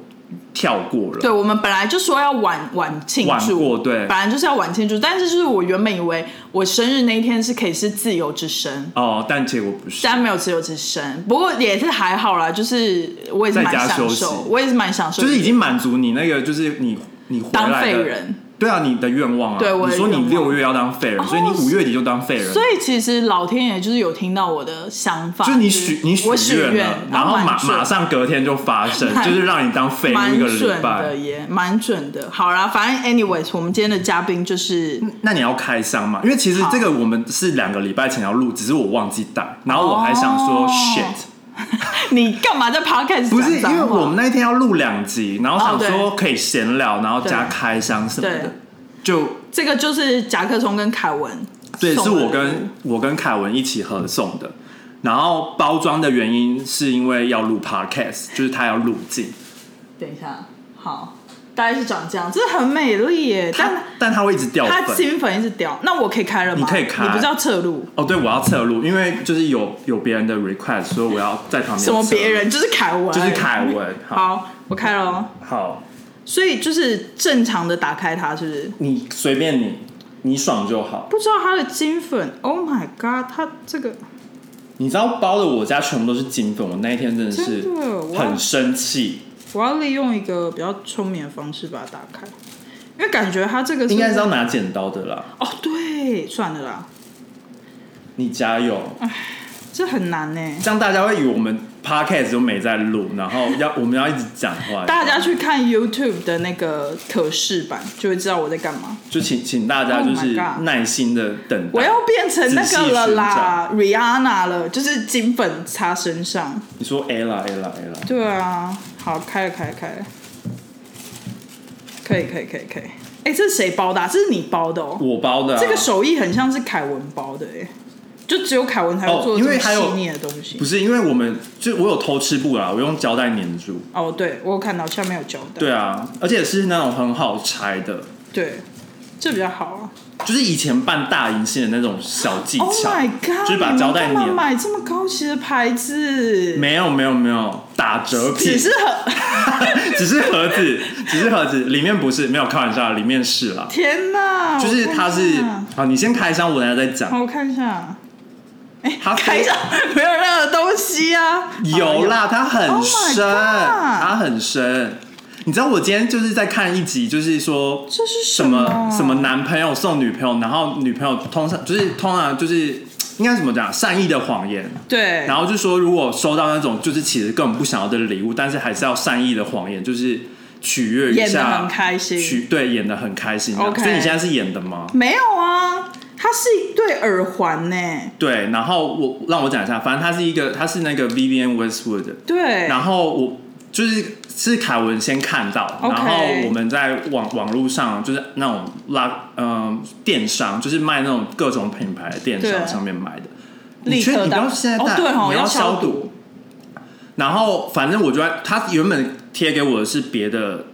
[SPEAKER 2] 跳过了。
[SPEAKER 1] 对，我们本来就说要晚晚庆
[SPEAKER 2] 晚
[SPEAKER 1] 祝，
[SPEAKER 2] 过对
[SPEAKER 1] 本来就是要晚庆祝，但是就是我原本以为我生日那一天是可以是自由之身，
[SPEAKER 2] 哦，但结果不是。
[SPEAKER 1] 但没有自由之身，不过也是还好啦，就是我也是
[SPEAKER 2] 在
[SPEAKER 1] 蛮
[SPEAKER 2] 家
[SPEAKER 1] 享
[SPEAKER 2] 休息
[SPEAKER 1] 受，我也是蛮享受，
[SPEAKER 2] 就是已经满足你那个，就是你你回
[SPEAKER 1] 当
[SPEAKER 2] 来
[SPEAKER 1] 废
[SPEAKER 2] 的，
[SPEAKER 1] 人。
[SPEAKER 2] 对啊，你的愿望啊。
[SPEAKER 1] 对我的
[SPEAKER 2] 你说你
[SPEAKER 1] 愿望哦
[SPEAKER 2] 六月要当废人，所以你五月底就当废人。
[SPEAKER 1] 所以其实老天爷就是有听到我的想法，
[SPEAKER 2] 就是你许你
[SPEAKER 1] 我
[SPEAKER 2] 许
[SPEAKER 1] 愿
[SPEAKER 2] 了，然后马
[SPEAKER 1] 蛮准
[SPEAKER 2] 马上隔天就发生，
[SPEAKER 1] 蛮
[SPEAKER 2] 就是让你当废物一
[SPEAKER 1] 蛮
[SPEAKER 2] 个礼
[SPEAKER 1] 准的
[SPEAKER 2] 拜。
[SPEAKER 1] 耶，蛮准的。好啦，反正 anyways，我们今天的嘉宾就是
[SPEAKER 2] 那你要开箱嘛？因为其实
[SPEAKER 1] 好
[SPEAKER 2] 这个我们是两个礼拜前要录，只是我忘记带，然后我还想说
[SPEAKER 1] 哦
[SPEAKER 2] shit，
[SPEAKER 1] 你干嘛在 podcast
[SPEAKER 2] 不是
[SPEAKER 1] 讲脏
[SPEAKER 2] 因为
[SPEAKER 1] 话
[SPEAKER 2] 我们那一天要录两集，然后
[SPEAKER 1] 哦
[SPEAKER 2] 想
[SPEAKER 1] 对
[SPEAKER 2] 说可以闲聊，然后加
[SPEAKER 1] 对
[SPEAKER 2] 开箱什么
[SPEAKER 1] 对
[SPEAKER 2] 的，就
[SPEAKER 1] 这个就是甲克虫跟凯文送的
[SPEAKER 2] 对，
[SPEAKER 1] 礼物，
[SPEAKER 2] 是我跟我跟凯文一起合送的。然后包装的原因是因为要录 podcast，就是他要录进，
[SPEAKER 1] 等一下，好，大概是长这样，这很美丽耶，但
[SPEAKER 2] 但他会一直掉
[SPEAKER 1] 它
[SPEAKER 2] 粉。
[SPEAKER 1] 新粉一直掉，那我可以开了吗？
[SPEAKER 2] 你可以开
[SPEAKER 1] 你不是要侧录？
[SPEAKER 2] 哦，对，我要侧录，因为就是有有别人的 request，所以我要在旁边。
[SPEAKER 1] 什么别？人？就是凯文，
[SPEAKER 2] 就是凯。文。好，
[SPEAKER 1] 好，我开了哦。
[SPEAKER 2] 好，
[SPEAKER 1] 所以就是正常的打开它，是不是？
[SPEAKER 2] 你随便你，你爽就好。
[SPEAKER 1] 不知道它的金粉，Oh my god，它这个
[SPEAKER 2] 你知道包的我家全部都是金粉，我那一天真的是
[SPEAKER 1] 真的我
[SPEAKER 2] 很生气，
[SPEAKER 1] 我要利用一个比较聪明的方式把它打开，因为感觉它这个
[SPEAKER 2] 应该是
[SPEAKER 1] 是
[SPEAKER 2] 要拿剪刀的啦。
[SPEAKER 1] 哦，对，算了啦，
[SPEAKER 2] 你加油，
[SPEAKER 1] 这很难呢、
[SPEAKER 2] 这样大家会以为我们 podcast 就没在录，然后要我们要一直讲话。
[SPEAKER 1] 大家去看 YouTube 的那个可视版，就会知道我在干嘛。
[SPEAKER 2] 就请请大家就
[SPEAKER 1] Oh
[SPEAKER 2] 是
[SPEAKER 1] my god
[SPEAKER 2] 耐心的等
[SPEAKER 1] 我
[SPEAKER 2] 待。
[SPEAKER 1] 要变成那个了啦
[SPEAKER 2] 仔
[SPEAKER 1] ，Rihanna 了，就是金粉擦身上。
[SPEAKER 2] 你说哎 ella ella ella，
[SPEAKER 1] 对啊，好，开了，开了，开了，可以，可以，可以，可以。哎、这是谁包的、啊？这是你包的哦。
[SPEAKER 2] 我包的、啊、
[SPEAKER 1] 这个手艺很像是凯文包的哎、就只有凯文才会
[SPEAKER 2] 哦
[SPEAKER 1] 做这
[SPEAKER 2] 因
[SPEAKER 1] 么
[SPEAKER 2] 为还有
[SPEAKER 1] 细腻的东西
[SPEAKER 2] 不。是因为我们就我有偷吃布啦，我用胶带粘住。
[SPEAKER 1] 哦，对，我有看到下面有胶带。
[SPEAKER 2] 对啊，而且是那种很好拆的，
[SPEAKER 1] 对，这比较好啊。
[SPEAKER 2] 就是以前办大银线的那种小技
[SPEAKER 1] Oh
[SPEAKER 2] 巧
[SPEAKER 1] my god！
[SPEAKER 2] 就是把胶带
[SPEAKER 1] 你们干
[SPEAKER 2] 粘。
[SPEAKER 1] 嘛买这么高级的牌子？
[SPEAKER 2] 没有没有没有，打折品，
[SPEAKER 1] 只是很
[SPEAKER 2] 只是盒子，只是盒子，里面不是没有开玩笑，里面是啦，
[SPEAKER 1] 天哪！
[SPEAKER 2] 就
[SPEAKER 1] 我
[SPEAKER 2] 是
[SPEAKER 1] 看一
[SPEAKER 2] 它是
[SPEAKER 1] 下
[SPEAKER 2] 好，你先开箱，我等下再 讲。
[SPEAKER 1] 好，我看一下。哎，
[SPEAKER 2] 它
[SPEAKER 1] 看一下，没有任何东西啊。
[SPEAKER 2] 有啦，它很
[SPEAKER 1] Oh my
[SPEAKER 2] 深，
[SPEAKER 1] god
[SPEAKER 2] 它很深。你知道我今天就是在看一集，就是说
[SPEAKER 1] 这是
[SPEAKER 2] 什
[SPEAKER 1] 么
[SPEAKER 2] 么什么男朋友送女朋友，然后女朋友通常就是通常就是应该怎么讲，善意的谎言。
[SPEAKER 1] 对，
[SPEAKER 2] 然后就说，如果收到那种就是其实根本不想要的礼物，但是还是要善意的谎言，就是取悦一下，
[SPEAKER 1] 演得很开心
[SPEAKER 2] 取对演的很开心这样。
[SPEAKER 1] OK
[SPEAKER 2] 所以你现在是演的吗？
[SPEAKER 1] 没有啊，它是一对耳环呢。
[SPEAKER 2] 对，然后我让我讲一下，反正他是一个，他是那个 Vivian Westwood 的
[SPEAKER 1] 对，
[SPEAKER 2] 然后我就是是凯文先看到
[SPEAKER 1] OK
[SPEAKER 2] 然后我们在网网络上就是那种拉嗯、电商，就是卖那种各种品牌的电
[SPEAKER 1] 对
[SPEAKER 2] 商上面买的。
[SPEAKER 1] 立
[SPEAKER 2] 你确
[SPEAKER 1] 刻
[SPEAKER 2] 定你不
[SPEAKER 1] 当
[SPEAKER 2] 要现在
[SPEAKER 1] 哦
[SPEAKER 2] 带，
[SPEAKER 1] 对哦
[SPEAKER 2] 你要
[SPEAKER 1] 要消
[SPEAKER 2] 消
[SPEAKER 1] 毒。
[SPEAKER 2] 然后反正我就在他原本贴给我的是别的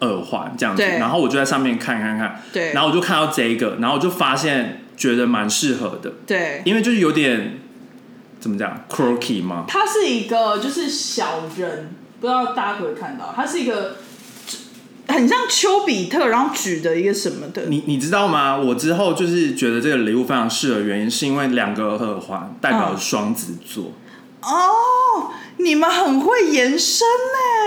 [SPEAKER 2] 耳环这样子，
[SPEAKER 1] 对
[SPEAKER 2] 然后我就在上面看看看，
[SPEAKER 1] 对
[SPEAKER 2] 然后我就看到这一个，然后我就发现觉得蛮适合的，
[SPEAKER 1] 对，
[SPEAKER 2] 因为就是有点怎么讲 croaky 嘛，
[SPEAKER 1] 它是一个就是小人，不知道大家可不可以看到，它是一个很像丘比特，然后举的一个什么的，
[SPEAKER 2] 你你知道吗？我之后就是觉得这个礼物非常适合，原因是因为两个耳环代表
[SPEAKER 1] 嗯
[SPEAKER 2] 双子座，
[SPEAKER 1] 哦，你们很会延伸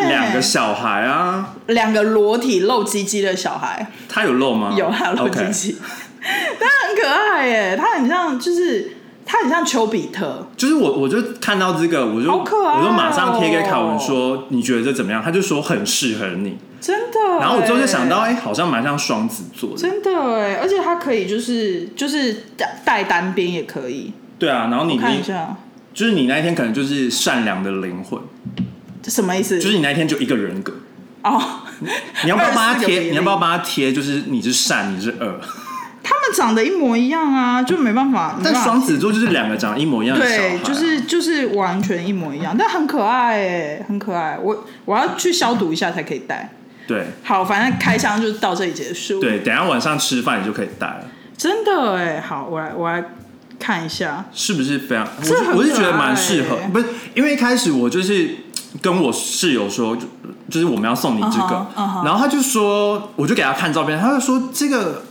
[SPEAKER 1] 呢、
[SPEAKER 2] 两个小孩啊，
[SPEAKER 1] 两个裸体露鸡鸡的小孩，
[SPEAKER 2] 他有露吗？
[SPEAKER 1] 有他有露
[SPEAKER 2] OK
[SPEAKER 1] 鸡 鸡，他很可爱耶，他很像就是他很像丘比特，
[SPEAKER 2] 就是我，我就看到这个，我就、
[SPEAKER 1] 好可爱哦
[SPEAKER 2] 我就马上贴给凯文说，你觉得这怎么样？他就说很适合你。
[SPEAKER 1] 真的。
[SPEAKER 2] 然后我之后就想到，。哎、好像蛮像双子座的，
[SPEAKER 1] 真的哎，而且它可以就是就是带带单边也可以，
[SPEAKER 2] 对啊。然后你
[SPEAKER 1] 看一
[SPEAKER 2] 你
[SPEAKER 1] 下
[SPEAKER 2] 就是你那一天可能就是善良的灵魂，
[SPEAKER 1] 这什么意思？
[SPEAKER 2] 就是你那一天就一个人格。
[SPEAKER 1] 哦，
[SPEAKER 2] 你要不要帮他
[SPEAKER 1] 24个比
[SPEAKER 2] 贴？
[SPEAKER 1] 例
[SPEAKER 2] 你要不要帮他贴？就是你是善，你是 恶。
[SPEAKER 1] 他们长得一模一样啊，就没办法。没办
[SPEAKER 2] 但
[SPEAKER 1] 法
[SPEAKER 2] 双子座就是两个长得一模一样的小孩
[SPEAKER 1] 对
[SPEAKER 2] 啊，，
[SPEAKER 1] 就是就是完全一模一样，但很可爱哎，很可爱。我我要去消毒一下才可以戴。
[SPEAKER 2] 对
[SPEAKER 1] 好，反正开箱就到这里结束。，
[SPEAKER 2] 对。等一下晚上吃饭你就可以带了，
[SPEAKER 1] 真的哎，好，我来我来看一下。
[SPEAKER 2] 是不是非常？我
[SPEAKER 1] 这很可爱
[SPEAKER 2] 是我是觉得蛮适合，不是因为一开始我就是跟我室友说，就就是我们要送你这个
[SPEAKER 1] 嗯哼嗯哼
[SPEAKER 2] 然后他就说，我就给他看照片，他就说这个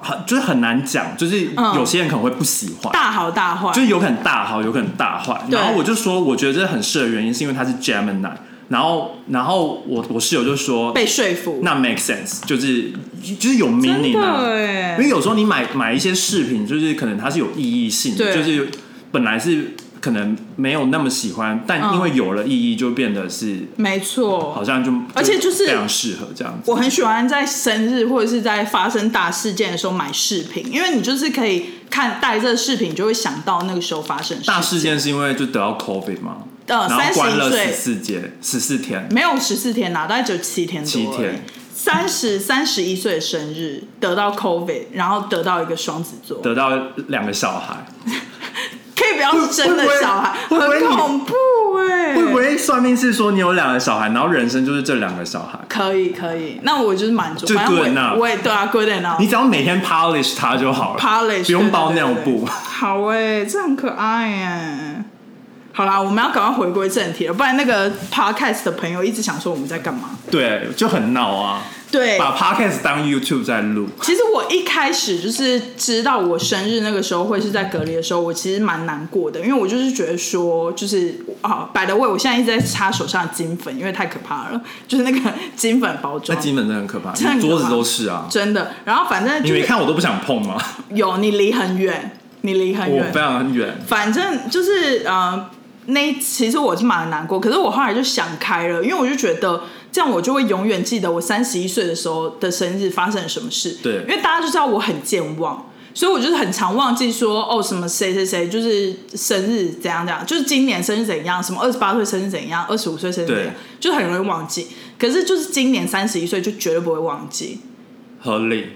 [SPEAKER 2] 很就是很难讲，就是
[SPEAKER 1] 嗯
[SPEAKER 2] 有些人可能会不喜欢。
[SPEAKER 1] 大好大坏，
[SPEAKER 2] 就是有可能大好，有可能大坏。
[SPEAKER 1] 对
[SPEAKER 2] 然后我就说，我觉得这很适合，原因是因为他是 Gemini。然后，然后我我室友就说，
[SPEAKER 1] 被说服。
[SPEAKER 2] 那 make sense，就是就是有
[SPEAKER 1] 真
[SPEAKER 2] meaning 啊，
[SPEAKER 1] 的
[SPEAKER 2] 因为
[SPEAKER 1] 哎，
[SPEAKER 2] 有时候你买买一些饰品，就是可能它是有意义性的，
[SPEAKER 1] 对
[SPEAKER 2] 就是本来是可能没有那么喜欢，但
[SPEAKER 1] 嗯
[SPEAKER 2] 因为有了意义，就变得是、
[SPEAKER 1] 没错
[SPEAKER 2] 好。像就
[SPEAKER 1] 而且就是
[SPEAKER 2] 非常适合这样子。
[SPEAKER 1] 我很喜欢在生日或者是在发生大事件的时候买饰品，因为你就是可以看戴这个饰品，你就会想到那个时候发生
[SPEAKER 2] 大事件是因为就得到 COVID 嘛，
[SPEAKER 1] 呃
[SPEAKER 2] 然后关了
[SPEAKER 1] 31岁
[SPEAKER 2] 十四节十四天，
[SPEAKER 1] 没有十四天啦，大概只有七天多。
[SPEAKER 2] 七天。
[SPEAKER 1] 三十三十一岁的生日得到 COVID，然后得到一个双子座，
[SPEAKER 2] 得到两个小孩，
[SPEAKER 1] 可以不要是真的小孩，
[SPEAKER 2] 会不会
[SPEAKER 1] 很恐怖哎、
[SPEAKER 2] 会不会算命是说你有两个小孩，然后人生就是这两个小孩？
[SPEAKER 1] 可以可以，那我就是满足，
[SPEAKER 2] 就
[SPEAKER 1] 反正我
[SPEAKER 2] good
[SPEAKER 1] 也
[SPEAKER 2] enough
[SPEAKER 1] 我也对啊，good enough。
[SPEAKER 2] 你只要每天 polish 它就好了
[SPEAKER 1] Polish，
[SPEAKER 2] 不用包
[SPEAKER 1] 对对
[SPEAKER 2] 尿
[SPEAKER 1] 对对
[SPEAKER 2] 布。
[SPEAKER 1] 好哎、这很可爱哎、好啦，我们要赶快回归正题了，不然那个 podcast 的朋友一直想说我们在干嘛。
[SPEAKER 2] 对，就很闹啊，
[SPEAKER 1] 对，
[SPEAKER 2] 把 podcast 当 YouTube 在录。
[SPEAKER 1] 其实我一开始就是知道我生日那个时候会是在隔离的时候，我其实蛮难过的，因为我就是觉得说，就是啊，摆的位，我现在一直在擦手上的金粉，因为太可怕了， 就是那个金粉包
[SPEAKER 2] 那
[SPEAKER 1] 装，
[SPEAKER 2] 金门真的很可怕，
[SPEAKER 1] 真的很
[SPEAKER 2] 你
[SPEAKER 1] 可怕
[SPEAKER 2] 桌子都是啊。
[SPEAKER 1] 真的。然后反正
[SPEAKER 2] 你
[SPEAKER 1] 就
[SPEAKER 2] 没
[SPEAKER 1] 是
[SPEAKER 2] 看我都不想碰吗？
[SPEAKER 1] 有你离很远，你离很
[SPEAKER 2] 我
[SPEAKER 1] 远
[SPEAKER 2] 非，常远。
[SPEAKER 1] 反正就是呃，那一其实我是蛮难过，可是我后来就想开了，因为我就觉得这样我就会永远记得我三十一岁的时候的生日发生了什么事。
[SPEAKER 2] 对
[SPEAKER 1] 因为大家就知道我很健忘。所以我就是很常忘记说哦什么谁谁谁就是生日怎样怎样，就是今年生日怎样，什么二十八岁生日怎样，二十五岁生日怎样
[SPEAKER 2] 对，
[SPEAKER 1] 就很容易忘记。可是就是今年三十一岁就绝对不会忘记，
[SPEAKER 2] 合理，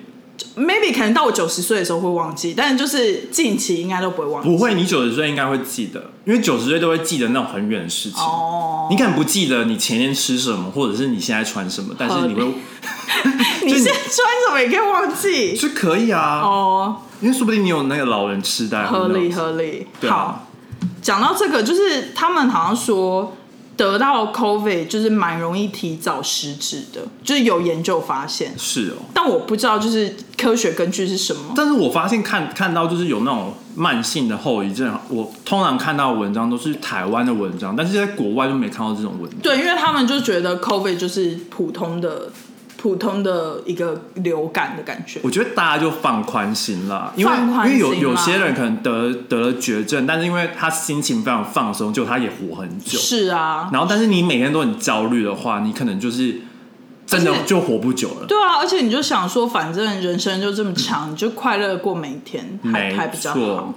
[SPEAKER 1] maybe 可能到我九十岁的时候会忘记，但就是近期应该都不会忘记。
[SPEAKER 2] 不会。你九十岁应该会记得，因为九十岁都会记得那种很远的事情。
[SPEAKER 1] 哦，
[SPEAKER 2] 你可能不记得你前天吃什么，或者是你现在穿什么，但是你会
[SPEAKER 1] 你现在穿什么也可以忘记
[SPEAKER 2] 是可以啊，
[SPEAKER 1] 哦，
[SPEAKER 2] 因为说不定你有那个老人痴呆。
[SPEAKER 1] 合
[SPEAKER 2] who
[SPEAKER 1] 理
[SPEAKER 2] knows
[SPEAKER 1] 合理。
[SPEAKER 2] 对
[SPEAKER 1] 好
[SPEAKER 2] 啊，
[SPEAKER 1] 讲到这个，就是他们好像说得到 COVID 就是蛮容易提早失智的，就是有研究发现，
[SPEAKER 2] 是哦。
[SPEAKER 1] 但我不知道就是科学根据是什么。
[SPEAKER 2] 但是我发现看看到就是有那种慢性的后遗症，我通常看到的文章都是台湾的文章，但是在国外就没看到这种文章。
[SPEAKER 1] 对，因为他们就觉得 COVID 就是普通的、普通的一个流感的感觉。
[SPEAKER 2] 我觉得大家就放宽心啦，因为
[SPEAKER 1] 放宽
[SPEAKER 2] 因为
[SPEAKER 1] 心啦啊
[SPEAKER 2] 有有些人可能得得了绝症，但是因为他心情非常放松，就他也活很久。
[SPEAKER 1] 是啊，
[SPEAKER 2] 然后，但是你每天都很焦虑的话，你可能就是真
[SPEAKER 1] 而
[SPEAKER 2] 的
[SPEAKER 1] 且
[SPEAKER 2] 就活不久了。
[SPEAKER 1] 对啊，而且你就想说，反正人生就这么长，你就快乐过每一天，还
[SPEAKER 2] 没
[SPEAKER 1] 还比较好
[SPEAKER 2] 错。，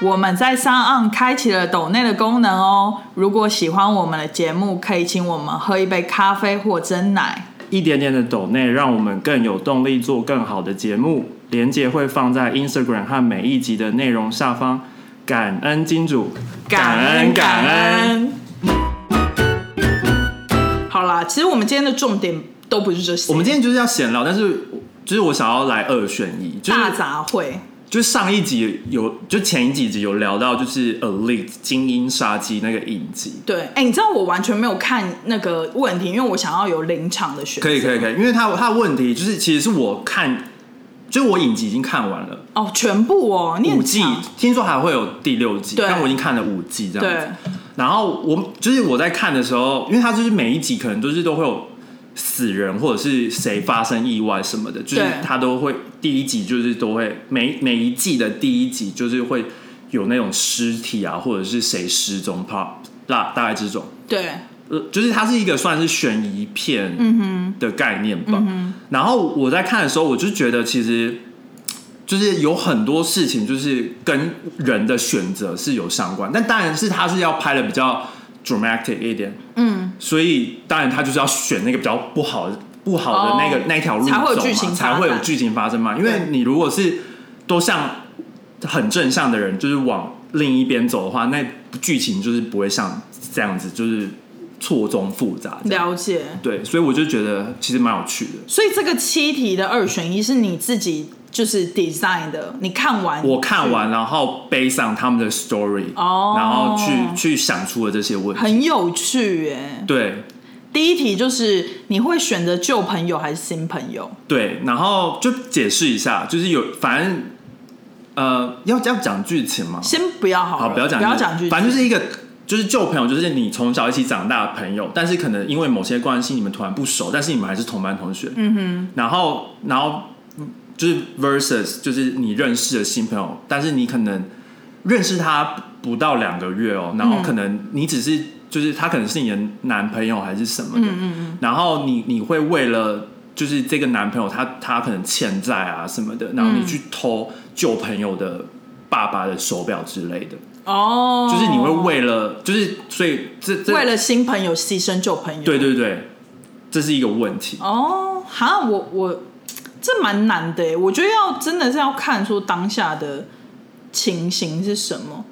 [SPEAKER 1] 我们在上岸开启了抖内的功能哦。如果喜欢我们的节目，可以请我们喝一杯咖啡或蒸奶。
[SPEAKER 2] 一点点的抖内，让我们更有动力做更好的节目。连接会放在 Instagram 和每一集的内容下方。感恩金主，感恩。
[SPEAKER 1] 恩。好啦，其实我们今天的重点都不是这些，
[SPEAKER 2] 我们今天就是要闲聊，但是就是我想要来二选一，就是
[SPEAKER 1] 大杂烩。
[SPEAKER 2] 就是上一集有，就前一几集有聊到，就是 Elite 精英杀机那个影集。
[SPEAKER 1] 对，哎、你知道我完全没有看那个问题，因为我想要有临场的选择。
[SPEAKER 2] 可以可以可以，因为他他的问题就是，其实是我看，就是我影集已经看完了
[SPEAKER 1] 哦，全部哦，你很
[SPEAKER 2] 五季
[SPEAKER 1] 强，
[SPEAKER 2] 听说还会有第六季，
[SPEAKER 1] 对
[SPEAKER 2] 但我已经看了五季这样
[SPEAKER 1] 对
[SPEAKER 2] 子。然后我就是我在看的时候，因为他就是每一集可能都是都会有死人或者是谁发生意外什么的，就是
[SPEAKER 1] 对
[SPEAKER 2] 他都会第一集就是都会每每一季的第一集就是会有那种尸体啊，或者是谁失踪，怕大大概这种。
[SPEAKER 1] 对
[SPEAKER 2] 呃，就是它是一个算是悬疑片
[SPEAKER 1] 嗯
[SPEAKER 2] 的概念吧。然后我在看的时候，我就觉得其实就是有很多事情就是跟人的选择是有相关，但当然是它是要拍的比较 dramatic 一点，
[SPEAKER 1] 嗯，
[SPEAKER 2] 所以当然他就是要选那个比较不好的不好的那个、
[SPEAKER 1] 哦
[SPEAKER 2] 那一条路走
[SPEAKER 1] 才
[SPEAKER 2] 嘛，
[SPEAKER 1] 会有剧情发
[SPEAKER 2] 才会有
[SPEAKER 1] 展
[SPEAKER 2] 剧情发生嘛。因为
[SPEAKER 1] 对
[SPEAKER 2] 你如果是都像很正向的人，就是往另一边走的话，那剧情就是不会像这样子，就是错综复杂这样。
[SPEAKER 1] 了解。
[SPEAKER 2] 对，所以我就觉得其实蛮有趣的。
[SPEAKER 1] 所以这个七题的二选一是你自己就是 design 的，你看完
[SPEAKER 2] 我看完，然后背上他们的 story，、
[SPEAKER 1] 哦
[SPEAKER 2] 然后去去想出了这些问题。
[SPEAKER 1] 很有趣耶。
[SPEAKER 2] 对
[SPEAKER 1] 第一题就是你会选择旧朋友还是新朋友？
[SPEAKER 2] 对，然后就解释一下，就是有反正呃，要要讲剧情嘛，
[SPEAKER 1] 先不要好了，
[SPEAKER 2] 好，不要讲，
[SPEAKER 1] 不要讲剧情，
[SPEAKER 2] 反正就是一个就是旧朋友，就是你从小一起长大的朋友，但是可能因为某些关系，你们突然不熟，但是你们还是同班同学。嗯哼。然后，然后嗯就是 versus 就是你认识的新朋友，但是你可能认识他不到两个月哦，然后可能你只是就是他可能是你的男朋友还是什么的，嗯嗯然后你你会为了。就是这个男朋友他，他可能欠债啊什么的，然后你去偷旧朋友的爸爸的手表之类的，
[SPEAKER 1] 哦，
[SPEAKER 2] 就是你会为了，就是所以这这
[SPEAKER 1] 为了新朋友牺牲旧朋友，
[SPEAKER 2] 对对对，这是一个问题。
[SPEAKER 1] 哦，哈，我我这蛮难的耶，欸我觉得要真的是要看说当下的情形是什么。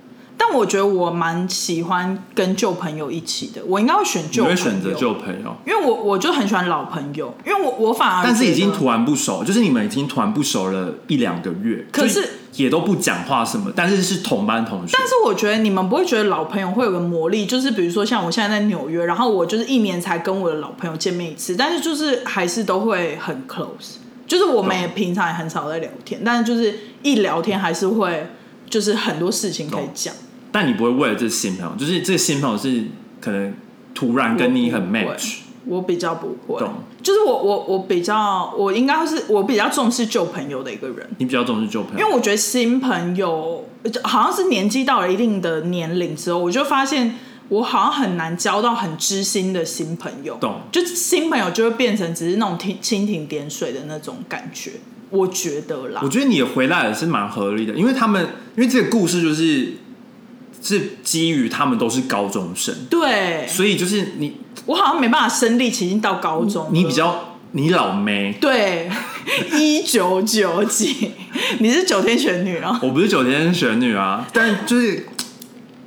[SPEAKER 1] 但我觉得我蛮喜欢跟旧朋友一起的，我应该会选
[SPEAKER 2] 你
[SPEAKER 1] 旧朋
[SPEAKER 2] 会
[SPEAKER 1] 友，啊
[SPEAKER 2] 选择旧朋友，
[SPEAKER 1] 因为我我就很喜欢老朋友，因为我我反而
[SPEAKER 2] 但是已经
[SPEAKER 1] 觉得
[SPEAKER 2] 突然不熟，就是你们已经突然不熟了一两个月，
[SPEAKER 1] 可是
[SPEAKER 2] 就也都不讲话什么，但是是同班同学。
[SPEAKER 1] 但是我觉得你们不会觉得老朋友会有个魔力，就是比如说像我现在在纽约，然后我就是一年才跟我的老朋友见面一次，但是就是还是都会很 close，就是我们也平常也很少在聊天，但是就是一聊天还是会就是很多事情可以讲，
[SPEAKER 2] 但你不会为了这新朋友，就是这新朋友是可能突然跟你很
[SPEAKER 1] 我不会
[SPEAKER 2] match，
[SPEAKER 1] 我比较不会
[SPEAKER 2] 懂，
[SPEAKER 1] 就是我我我比较我应该是我比较重视旧朋友的一个人。
[SPEAKER 2] 你比较重视旧朋
[SPEAKER 1] 因
[SPEAKER 2] 友。
[SPEAKER 1] 为我觉得新朋友就好像是年纪到了一定的年龄之后，我就发现我好像很难交到很知心的新朋友。
[SPEAKER 2] 懂
[SPEAKER 1] 就是新朋友就会变成只是那种蜻蜻蜓点水的那种感觉，我觉得啦
[SPEAKER 2] 我。觉得你回来也是蛮合理的，因为他们因为这个故事就是是基于他们都是高中生，
[SPEAKER 1] 对，
[SPEAKER 2] 所以就是你
[SPEAKER 1] 我好像没办法身历其境到高中了。
[SPEAKER 2] 你比较你老妹，
[SPEAKER 1] 对，一九九几，你是九天玄女哦。
[SPEAKER 2] 我不是九天玄女啊，但就是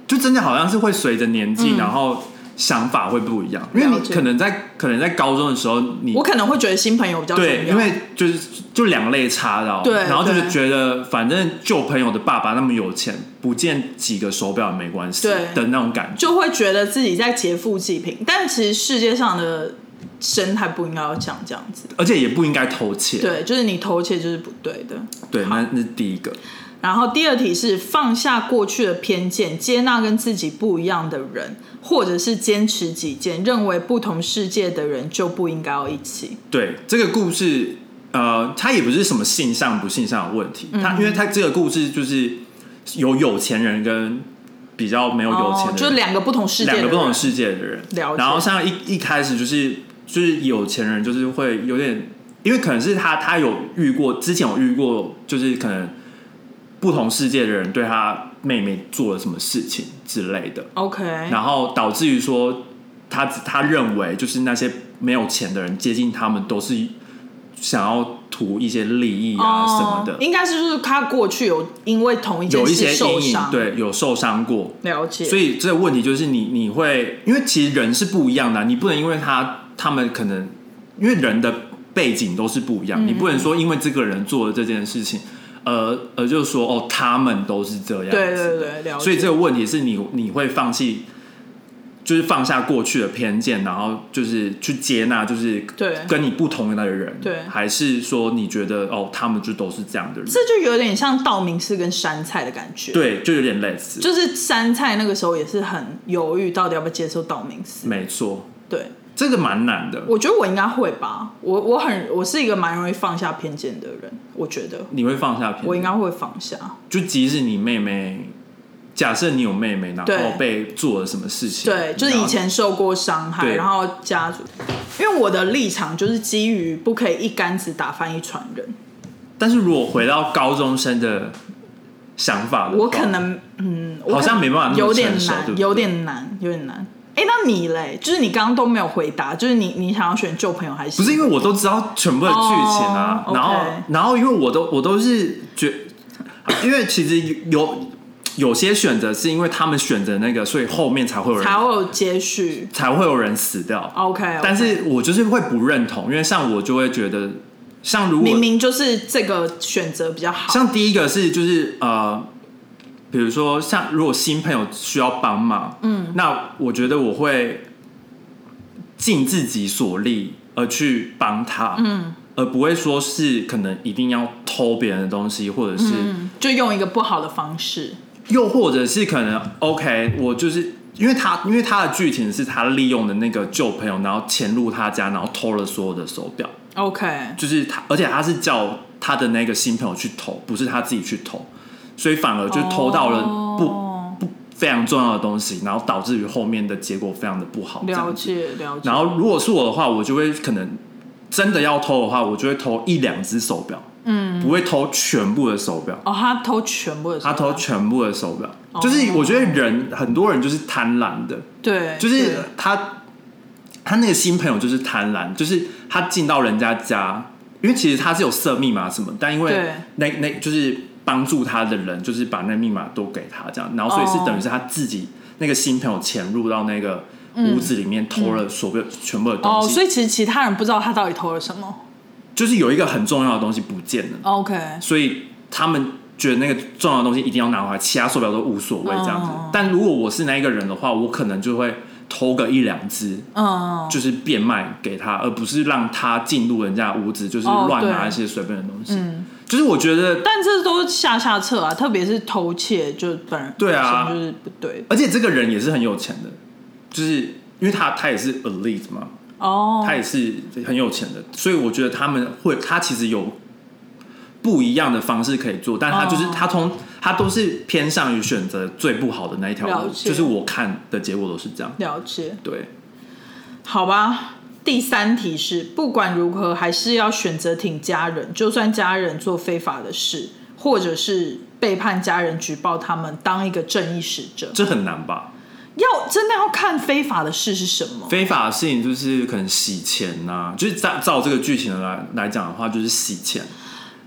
[SPEAKER 2] 就真的好像是会随着年纪，然后想法会不一样，因为
[SPEAKER 1] 嗯了
[SPEAKER 2] 你
[SPEAKER 1] 解
[SPEAKER 2] 可能在可能在高中的时候 你，
[SPEAKER 1] 我可能会觉得新朋友比较重要，
[SPEAKER 2] 对，因为就是就两肋插刀，
[SPEAKER 1] 对
[SPEAKER 2] 然后就是
[SPEAKER 1] 对
[SPEAKER 2] 觉得反正旧朋友的爸爸那么有钱，不见几个手表也没关系
[SPEAKER 1] 对
[SPEAKER 2] 的那种感觉。
[SPEAKER 1] 就会觉得自己在劫富济贫，但其实世界上的生态不应该要讲这样子。
[SPEAKER 2] 而且也不应该偷窃，
[SPEAKER 1] 对，就是你偷窃就是不对的。
[SPEAKER 2] 对，那那是第一个。
[SPEAKER 1] 然后第二题是放下过去的偏见，接纳跟自己不一样的人，或者是坚持己见，认为不同世界的人就不应该要一起。
[SPEAKER 2] 对这个故事，呃，它也不是什么性向不性向的问题，
[SPEAKER 1] 嗯
[SPEAKER 2] 它因为它这个故事就是有有钱人跟比较没有有
[SPEAKER 1] 哦，
[SPEAKER 2] 钱的
[SPEAKER 1] 就
[SPEAKER 2] 人，
[SPEAKER 1] 两个不同世界的
[SPEAKER 2] 两
[SPEAKER 1] 人，
[SPEAKER 2] 个不同世界的人。
[SPEAKER 1] 了解
[SPEAKER 2] 然后像一一开始就是就是有钱人就是会有点，因为可能是他他有遇过之前有遇过，就是可能不同世界的人对他妹妹做了什么事情之类的，
[SPEAKER 1] OK，
[SPEAKER 2] 然后导致于说他他认为就是那些没有钱的人接近他们都是想要图一些利益
[SPEAKER 1] 哦
[SPEAKER 2] 啊什么的，
[SPEAKER 1] 应该是就是他过去有因为同一件
[SPEAKER 2] 有一
[SPEAKER 1] 事
[SPEAKER 2] 些
[SPEAKER 1] 受
[SPEAKER 2] 阴影
[SPEAKER 1] 伤，，
[SPEAKER 2] 对，有受伤过，
[SPEAKER 1] 了解，
[SPEAKER 2] 所以这个问题就是你你会，因为其实人是不一样的啊、你不能因为他他们可能因为人的背景都是不
[SPEAKER 1] 嗯
[SPEAKER 2] 一样，你不能说因为这个人做了这件事情，呃呃，就是说哦，他们都是这样子，
[SPEAKER 1] 对对对，了解，
[SPEAKER 2] 所以这个问题是你你会放弃，就是放下过去的偏见，然后就是去接纳，就是
[SPEAKER 1] 对
[SPEAKER 2] 跟你不同的人，
[SPEAKER 1] 对
[SPEAKER 2] 还是说你觉得哦，他们就都是这样的人，
[SPEAKER 1] 这就有点像道明寺跟山菜的感觉，，
[SPEAKER 2] 对，就有点类似，
[SPEAKER 1] 就是山菜那个时候也是很犹豫，到底要不要接受道明寺，
[SPEAKER 2] 没错，
[SPEAKER 1] 对。
[SPEAKER 2] 这个蛮难的。
[SPEAKER 1] 我觉得我应该会吧，我我很我是一个蛮容易放下偏见的人，我觉得
[SPEAKER 2] 你会放下偏见，
[SPEAKER 1] 我应该会放下。
[SPEAKER 2] 就即使你妹妹，假设你有妹妹，然
[SPEAKER 1] 对
[SPEAKER 2] 后被做了什么事情，
[SPEAKER 1] 对，就是以前受过伤害，
[SPEAKER 2] 对
[SPEAKER 1] 然后家族，因为我的立场就是基于不可以一竿子打翻一船人，
[SPEAKER 2] 但是如果回到高中生的想法的话，
[SPEAKER 1] 我可能嗯，我
[SPEAKER 2] 哦好像
[SPEAKER 1] 可能
[SPEAKER 2] 没办法那么
[SPEAKER 1] 有点
[SPEAKER 2] 成熟
[SPEAKER 1] 难，
[SPEAKER 2] 对不对
[SPEAKER 1] 有点难，有点难。哎，那你嘞？就是你刚刚都没有回答，就是你你想要选旧朋友还是
[SPEAKER 2] 不是因为我都知道全部的剧情啊，
[SPEAKER 1] 哦
[SPEAKER 2] 然后
[SPEAKER 1] OK
[SPEAKER 2] 然后因为我都我都是觉，因为其实有有些选择是因为他们选择那个，所以后面才会有人
[SPEAKER 1] 才会有接续
[SPEAKER 2] 才会有人死掉。
[SPEAKER 1] ？OK，,
[SPEAKER 2] 但是我就是会不认同，因为像我就会觉得，像如果
[SPEAKER 1] 明明就是这个选择比较好，
[SPEAKER 2] 像第一个是就是呃，比如说像如果新朋友需要帮忙，嗯，那我觉得我会尽自己所力而去帮他，嗯，而不会说是可能一定要偷别人的东西，或者是、
[SPEAKER 1] 嗯，就用一个不好的方式，
[SPEAKER 2] 又或者是可能 OK，我就是。因为他，因为他的剧情是他利用的那个旧朋友，然后潜入他家，然后偷了所有的手表，
[SPEAKER 1] OK，
[SPEAKER 2] 就是他，而且他是叫他的那个新朋友去投，不是他自己去投，所以反而就偷到了不、
[SPEAKER 1] 哦
[SPEAKER 2] 不非常重要的东西，然后导致于后面的结果非常的不好。这
[SPEAKER 1] 了
[SPEAKER 2] 样子。
[SPEAKER 1] 解了解。
[SPEAKER 2] 然后如果是我的话，我就会可能真的要偷的话，我就会偷一两只手表，嗯，不会偷全部的手表。
[SPEAKER 1] 哦，他偷全部的手
[SPEAKER 2] 他
[SPEAKER 1] 表，
[SPEAKER 2] 偷全部的手表，
[SPEAKER 1] 哦
[SPEAKER 2] 就是我觉得人很多人就是贪婪的，
[SPEAKER 1] 对，
[SPEAKER 2] 就是
[SPEAKER 1] 对
[SPEAKER 2] 他他那个新朋友就是贪婪，就是他进到人家家，因为其实他是有设密码什么，但因为
[SPEAKER 1] 对
[SPEAKER 2] 那那就是帮助他的人，就是把那密码都给他这样，然后所以
[SPEAKER 1] 哦
[SPEAKER 2] 是等于是他自己那个新朋友潜入到那个屋子里面偷了所有全部的东
[SPEAKER 1] 嗯哦，
[SPEAKER 2] 西，
[SPEAKER 1] 所以其实其他人不知道他到底偷了什么。
[SPEAKER 2] 就是有一个很重要的东西不见了，
[SPEAKER 1] OK，
[SPEAKER 2] 所以他们。觉得那个重要的东西一定要拿回来，其他手表都无所谓这样子。
[SPEAKER 1] 哦
[SPEAKER 2] 但如果我是那一个人的话，我可能就会偷个一两只，
[SPEAKER 1] 嗯，
[SPEAKER 2] 就是变卖给他，而不是让他进入人家的屋子，就是
[SPEAKER 1] 哦
[SPEAKER 2] 乱拿
[SPEAKER 1] 对嗯
[SPEAKER 2] 一些随便的东西。就是我觉得，
[SPEAKER 1] 但这都是下下策啊，特别是偷窃，就本人
[SPEAKER 2] 对啊
[SPEAKER 1] 本身就是不对的
[SPEAKER 2] 而且这个人也是很有钱的，就是因为他他也是 elite 嘛，
[SPEAKER 1] 哦
[SPEAKER 2] 他也是很有钱的，所以我觉得他们会，他其实有不一样的方式可以做，但他就是、
[SPEAKER 1] 哦
[SPEAKER 2] 他从他都是偏向于选择最不好的那一条
[SPEAKER 1] 了
[SPEAKER 2] 路，
[SPEAKER 1] 解
[SPEAKER 2] 就是我看的结果都是这样。
[SPEAKER 1] 了解，
[SPEAKER 2] 对，
[SPEAKER 1] 好吧。第三题是，不管如何还是要选择挺家人，就算家人做非法的事，或者是背叛家人举报他们，当一个正义使者，
[SPEAKER 2] 这很难吧？
[SPEAKER 1] 要真的要看非法的事是什么。
[SPEAKER 2] 非法的事情就是可能洗钱呐、就是照照这个剧情来来讲的话，就是洗钱。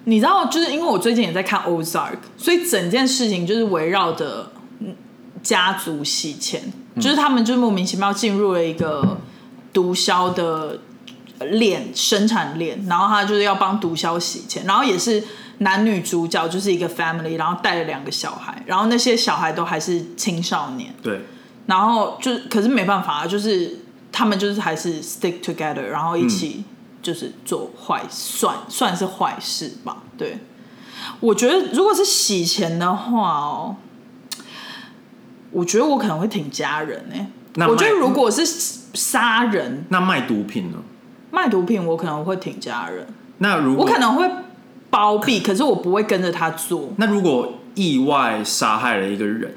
[SPEAKER 1] 你知道，就是因为我最近也在看 Ozark，所以整件事情就是围绕着嗯家族洗钱，就是他们就是莫名其妙进入了一个毒枭的链生产链，然后他就是要帮毒枭洗钱，然后也是男女主角就是一个 family，然后带了两个小孩，然后那些小孩都还是青少年，
[SPEAKER 2] 对，
[SPEAKER 1] 然后就是可是没办法啊，就是他们就是还是 stick together，然后一起
[SPEAKER 2] 嗯
[SPEAKER 1] 就是做坏，算算是坏事吧。对，我觉得如果是洗钱的话哦，我觉得我可能会挺家人哎、
[SPEAKER 2] 那
[SPEAKER 1] 我觉得
[SPEAKER 2] 卖嗯
[SPEAKER 1] 如果是杀人
[SPEAKER 2] 那卖毒品呢？
[SPEAKER 1] 卖毒品，我可能会挺家人，
[SPEAKER 2] 那如果
[SPEAKER 1] 我可能会包
[SPEAKER 2] 嗯
[SPEAKER 1] 庇，可是我不会跟着他做。
[SPEAKER 2] 那如果意外杀害了一个人，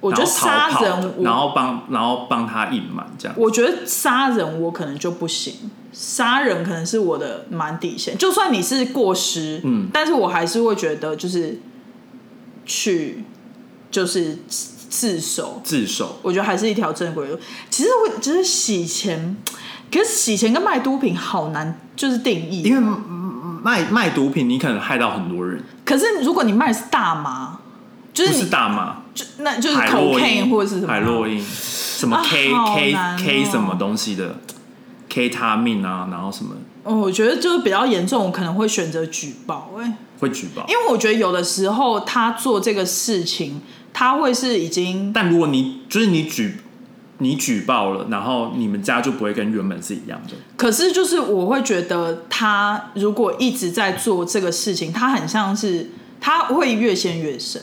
[SPEAKER 1] 我觉得杀
[SPEAKER 2] 然后逃跑
[SPEAKER 1] 人，我
[SPEAKER 2] 然后帮然后帮他隐瞒这样，
[SPEAKER 1] 我觉得杀人我可能就不行，杀人可能是我的蛮底线。就算你是过失，
[SPEAKER 2] 嗯
[SPEAKER 1] 但是我还是会觉得就是去就是自首，
[SPEAKER 2] 自首
[SPEAKER 1] 我觉得还是一条正规的路。其实我只是洗钱，可是洗钱跟卖毒品好难就是定义，
[SPEAKER 2] 因为卖卖毒品，你可能害到很多人，
[SPEAKER 1] 可是如果你卖的是大麻，就
[SPEAKER 2] 不
[SPEAKER 1] 是
[SPEAKER 2] 是
[SPEAKER 1] 你
[SPEAKER 2] 大麻，
[SPEAKER 1] 就那就是
[SPEAKER 2] 海洛因
[SPEAKER 1] cocaine 或者是什么
[SPEAKER 2] 海洛因，什么
[SPEAKER 1] 啊
[SPEAKER 2] K、
[SPEAKER 1] 好
[SPEAKER 2] K
[SPEAKER 1] 难哦
[SPEAKER 2] K 什么东西的，K 他命啊，然后什么
[SPEAKER 1] 哦，我觉得就是比较严重，我可能会选择举报、哎，
[SPEAKER 2] 会举报。
[SPEAKER 1] 因为我觉得有的时候他做这个事情，他会是已经
[SPEAKER 2] 但如果你就是你举你举报了，然后你们家就不会跟原本是一样的。
[SPEAKER 1] 可是就是我会觉得他如果一直在做这个事情，他很像是他会越陷越深，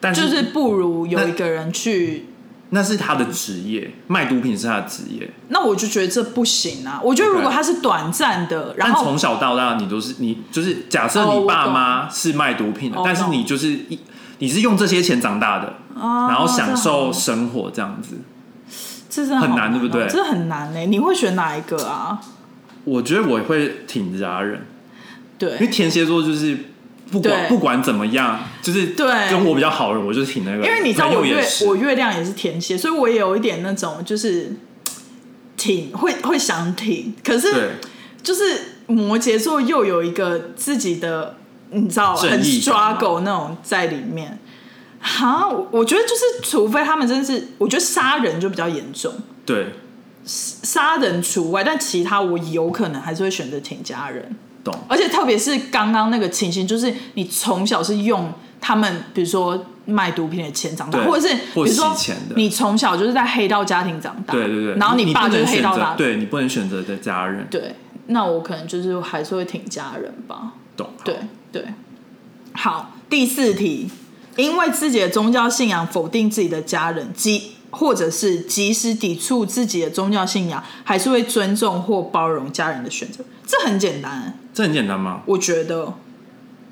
[SPEAKER 2] 但是、
[SPEAKER 1] 就是不如有一个人去。
[SPEAKER 2] 那是他的职业，卖毒品是他的职业。
[SPEAKER 1] 那我就觉得这不行啊！我觉得如果
[SPEAKER 2] OK
[SPEAKER 1] 他是短暂的，然
[SPEAKER 2] 但
[SPEAKER 1] 后
[SPEAKER 2] 从小到大，你都是你就是假设
[SPEAKER 1] 哦
[SPEAKER 2] 你
[SPEAKER 1] 我
[SPEAKER 2] 爸
[SPEAKER 1] 懂
[SPEAKER 2] 妈是卖毒品的，
[SPEAKER 1] 哦
[SPEAKER 2] 但是
[SPEAKER 1] 懂
[SPEAKER 2] 你就是一你是用这些钱长大的，
[SPEAKER 1] 啊
[SPEAKER 2] 然后享受
[SPEAKER 1] 这好
[SPEAKER 2] 生活这样子。
[SPEAKER 1] 这是好
[SPEAKER 2] 很
[SPEAKER 1] 难
[SPEAKER 2] 难
[SPEAKER 1] 哦，
[SPEAKER 2] 对不对
[SPEAKER 1] 这很难呢、你会选哪一个啊？
[SPEAKER 2] 我觉得我会挺扎人，因为
[SPEAKER 1] 对，
[SPEAKER 2] 天蝎座就是不管
[SPEAKER 1] 对
[SPEAKER 2] 不管怎么样，就是
[SPEAKER 1] 对
[SPEAKER 2] 跟我比较好的人，我就挺那个。
[SPEAKER 1] 因为你知道
[SPEAKER 2] 朋友
[SPEAKER 1] 我月
[SPEAKER 2] 也是
[SPEAKER 1] 我月亮也是天蝎，所以我也有一点那种就是挺会会想挺，可
[SPEAKER 2] 对
[SPEAKER 1] 是就是摩羯座又有一个自己的，你知道很
[SPEAKER 2] 正义感嘛
[SPEAKER 1] struggle 那种在里面。哈，我我觉得就是，除非他们真的是，我觉得杀人就比较严重，
[SPEAKER 2] 对
[SPEAKER 1] 杀人除外，但其他我有可能还是会选择挺家人。
[SPEAKER 2] 懂
[SPEAKER 1] 而且特别是刚刚那个情形，就是你从小是用他们，比如说卖毒品的钱长大，
[SPEAKER 2] 对
[SPEAKER 1] 或者是比
[SPEAKER 2] 或
[SPEAKER 1] 如说
[SPEAKER 2] 洗钱的
[SPEAKER 1] 你从小就是在黑道家庭长大，
[SPEAKER 2] 对对对。
[SPEAKER 1] 然后
[SPEAKER 2] 你
[SPEAKER 1] 爸
[SPEAKER 2] 不
[SPEAKER 1] 就是
[SPEAKER 2] 能
[SPEAKER 1] 黑
[SPEAKER 2] 选
[SPEAKER 1] 道
[SPEAKER 2] 择
[SPEAKER 1] 大，，
[SPEAKER 2] 对你不能选择的家人，
[SPEAKER 1] 对，那我可能就是还是会挺家人吧，
[SPEAKER 2] 懂
[SPEAKER 1] 对对。好，第四题，因为自己的宗教信仰否定自己的家人，即或者是即使抵触自己的宗教信仰，还是会尊重或包容家人的选择，这很简单、
[SPEAKER 2] 这很简单吗？
[SPEAKER 1] 我觉得，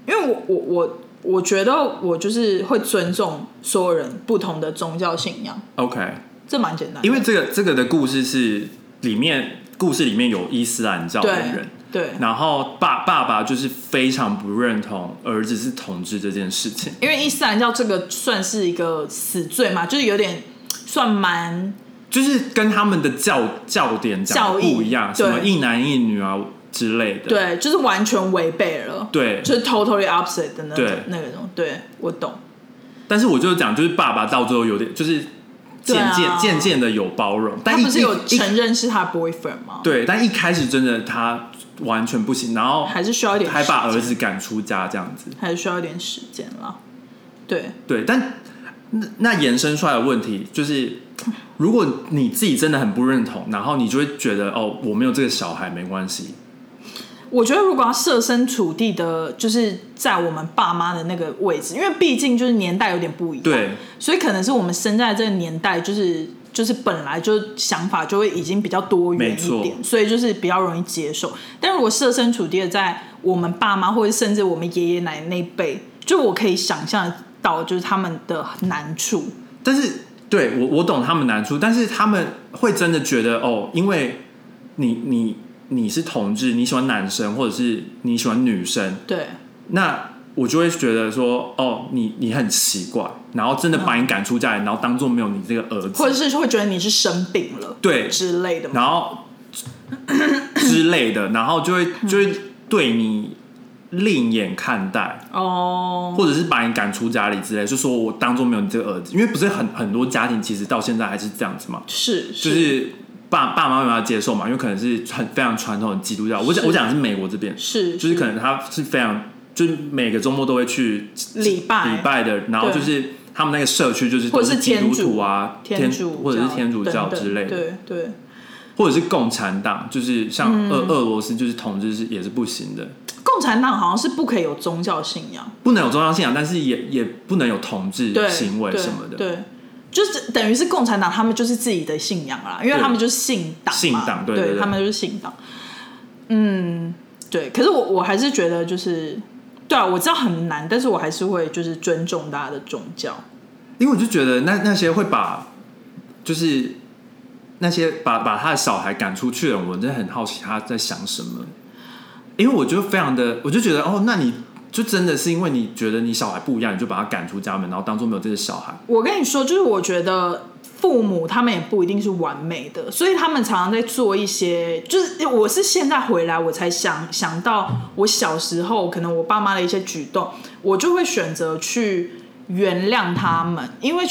[SPEAKER 1] 因为我我我我觉得我就是会尊重所有人不同的宗教信仰，
[SPEAKER 2] OK，
[SPEAKER 1] 这蛮简单的。
[SPEAKER 2] 因为这个这个的故事是里面故事里面有伊斯兰教的
[SPEAKER 1] 对
[SPEAKER 2] 人，
[SPEAKER 1] 对，
[SPEAKER 2] 然后爸爸爸就是非常不认同儿子是同志这件事情。
[SPEAKER 1] 因为伊斯兰教这个算是一个死罪嘛，就是有点算蛮
[SPEAKER 2] 就是跟他们的教教点讲
[SPEAKER 1] 教
[SPEAKER 2] 的
[SPEAKER 1] 义
[SPEAKER 2] 不一样，
[SPEAKER 1] 对
[SPEAKER 2] 什么一男一女啊之类的。
[SPEAKER 1] 对，就是完全违背了，
[SPEAKER 2] 对
[SPEAKER 1] 就是 totally opposite 的那种
[SPEAKER 2] 对
[SPEAKER 1] 那个种。对我懂，
[SPEAKER 2] 但是我就讲，就是爸爸到最后有点，就是
[SPEAKER 1] 对
[SPEAKER 2] 渐
[SPEAKER 1] 啊
[SPEAKER 2] 渐渐渐的有包容，
[SPEAKER 1] 他
[SPEAKER 2] 但一
[SPEAKER 1] 不是有
[SPEAKER 2] 一
[SPEAKER 1] 承认是他 boyfriend 吗？
[SPEAKER 2] 对，但一开始真的他完全不行，然后
[SPEAKER 1] 还是需要一点
[SPEAKER 2] 还把
[SPEAKER 1] 时间
[SPEAKER 2] 儿子赶出家这样子。
[SPEAKER 1] 还是需要一点时间啦。对，
[SPEAKER 2] 对，但那那延伸出来的问题 就是，如果你自己真的很不认同，然后你就会觉得哦，我没有这个小孩没关系，
[SPEAKER 1] 我觉得如果要设身处地的，就是在我们爸妈的那个位置，因为毕竟就是年代有点不一样，，
[SPEAKER 2] 对
[SPEAKER 1] 所以可能是我们生在这个年代，就是就是本来就想法就会已经比较多元一
[SPEAKER 2] 没
[SPEAKER 1] 点，
[SPEAKER 2] 错
[SPEAKER 1] 所以就是比较容易接受。但如果设身处地的在我们爸妈或者甚至我们爷爷奶奶那一辈，就我可以想象到就是他们的难处，
[SPEAKER 2] 但是对我我懂他们难处，但是他们会真的觉得哦，因为你你你是同志，你喜欢男生或者是你喜欢女生，
[SPEAKER 1] 对
[SPEAKER 2] 那我就会觉得说哦，你你很奇怪，然后真的把你赶出家里，然后当做没有你这个儿
[SPEAKER 1] 或者
[SPEAKER 2] 子，
[SPEAKER 1] 是会觉得你是生病了
[SPEAKER 2] 对，
[SPEAKER 1] 之类的嘛，
[SPEAKER 2] 然后之类的，然后就会就会对你另眼看待。
[SPEAKER 1] 哦，
[SPEAKER 2] 或者是把你赶出家里之类，就说我当做没有你这个儿子，因为不是很很多家庭其实到现在还是这样子嘛，
[SPEAKER 1] 是
[SPEAKER 2] 就是爸爸妈妈没有要接受嘛，因为可能是传非常传统的基督教。我讲
[SPEAKER 1] 是
[SPEAKER 2] 我讲的是美国这边，
[SPEAKER 1] 是
[SPEAKER 2] 就是可能他是非常，就是每个周末都会去
[SPEAKER 1] 礼拜
[SPEAKER 2] 礼拜的，然后就是他们那个社区就是
[SPEAKER 1] 或
[SPEAKER 2] 都
[SPEAKER 1] 者是
[SPEAKER 2] 基督
[SPEAKER 1] 天主
[SPEAKER 2] 徒啊，
[SPEAKER 1] 天主
[SPEAKER 2] 或者是
[SPEAKER 1] 教
[SPEAKER 2] 天主教
[SPEAKER 1] 等等
[SPEAKER 2] 之类的，
[SPEAKER 1] 对对，
[SPEAKER 2] 或者是共产党，就是像俄
[SPEAKER 1] 嗯
[SPEAKER 2] 俄罗斯就是统治是也是不行的，
[SPEAKER 1] 共产党好像是不可以有宗教信仰，
[SPEAKER 2] 不能有宗教信仰，但是也也不能有同志
[SPEAKER 1] 对
[SPEAKER 2] 行为
[SPEAKER 1] 对
[SPEAKER 2] 什么的。
[SPEAKER 1] 对，就是等于是共产党他们就是自己的信仰啦，因为
[SPEAKER 2] 对
[SPEAKER 1] 他们就是信党嘛，
[SPEAKER 2] 信党对
[SPEAKER 1] 对
[SPEAKER 2] 对对
[SPEAKER 1] 他们就是信党。嗯，对。可是我我还是觉得就是，对啊，我知道很难，但是我还是会就是尊重大家的宗教。
[SPEAKER 2] 因为我就觉得那那些会把，就是那些把把他的小孩赶出去的人，我真的很好奇他在想什么。因为我就非常的，我就觉得哦，那你就真的是因为你觉得你小孩不一样，你就把他赶出家门，然后当做没有这个小孩。
[SPEAKER 1] 我跟你说，就是我觉得父母他们也不一定是完美的，所以他们常常在做一些，就是我是现在回来我才想想到我小时候可能我爸妈的一些举动，我就会选择去原谅他们，因为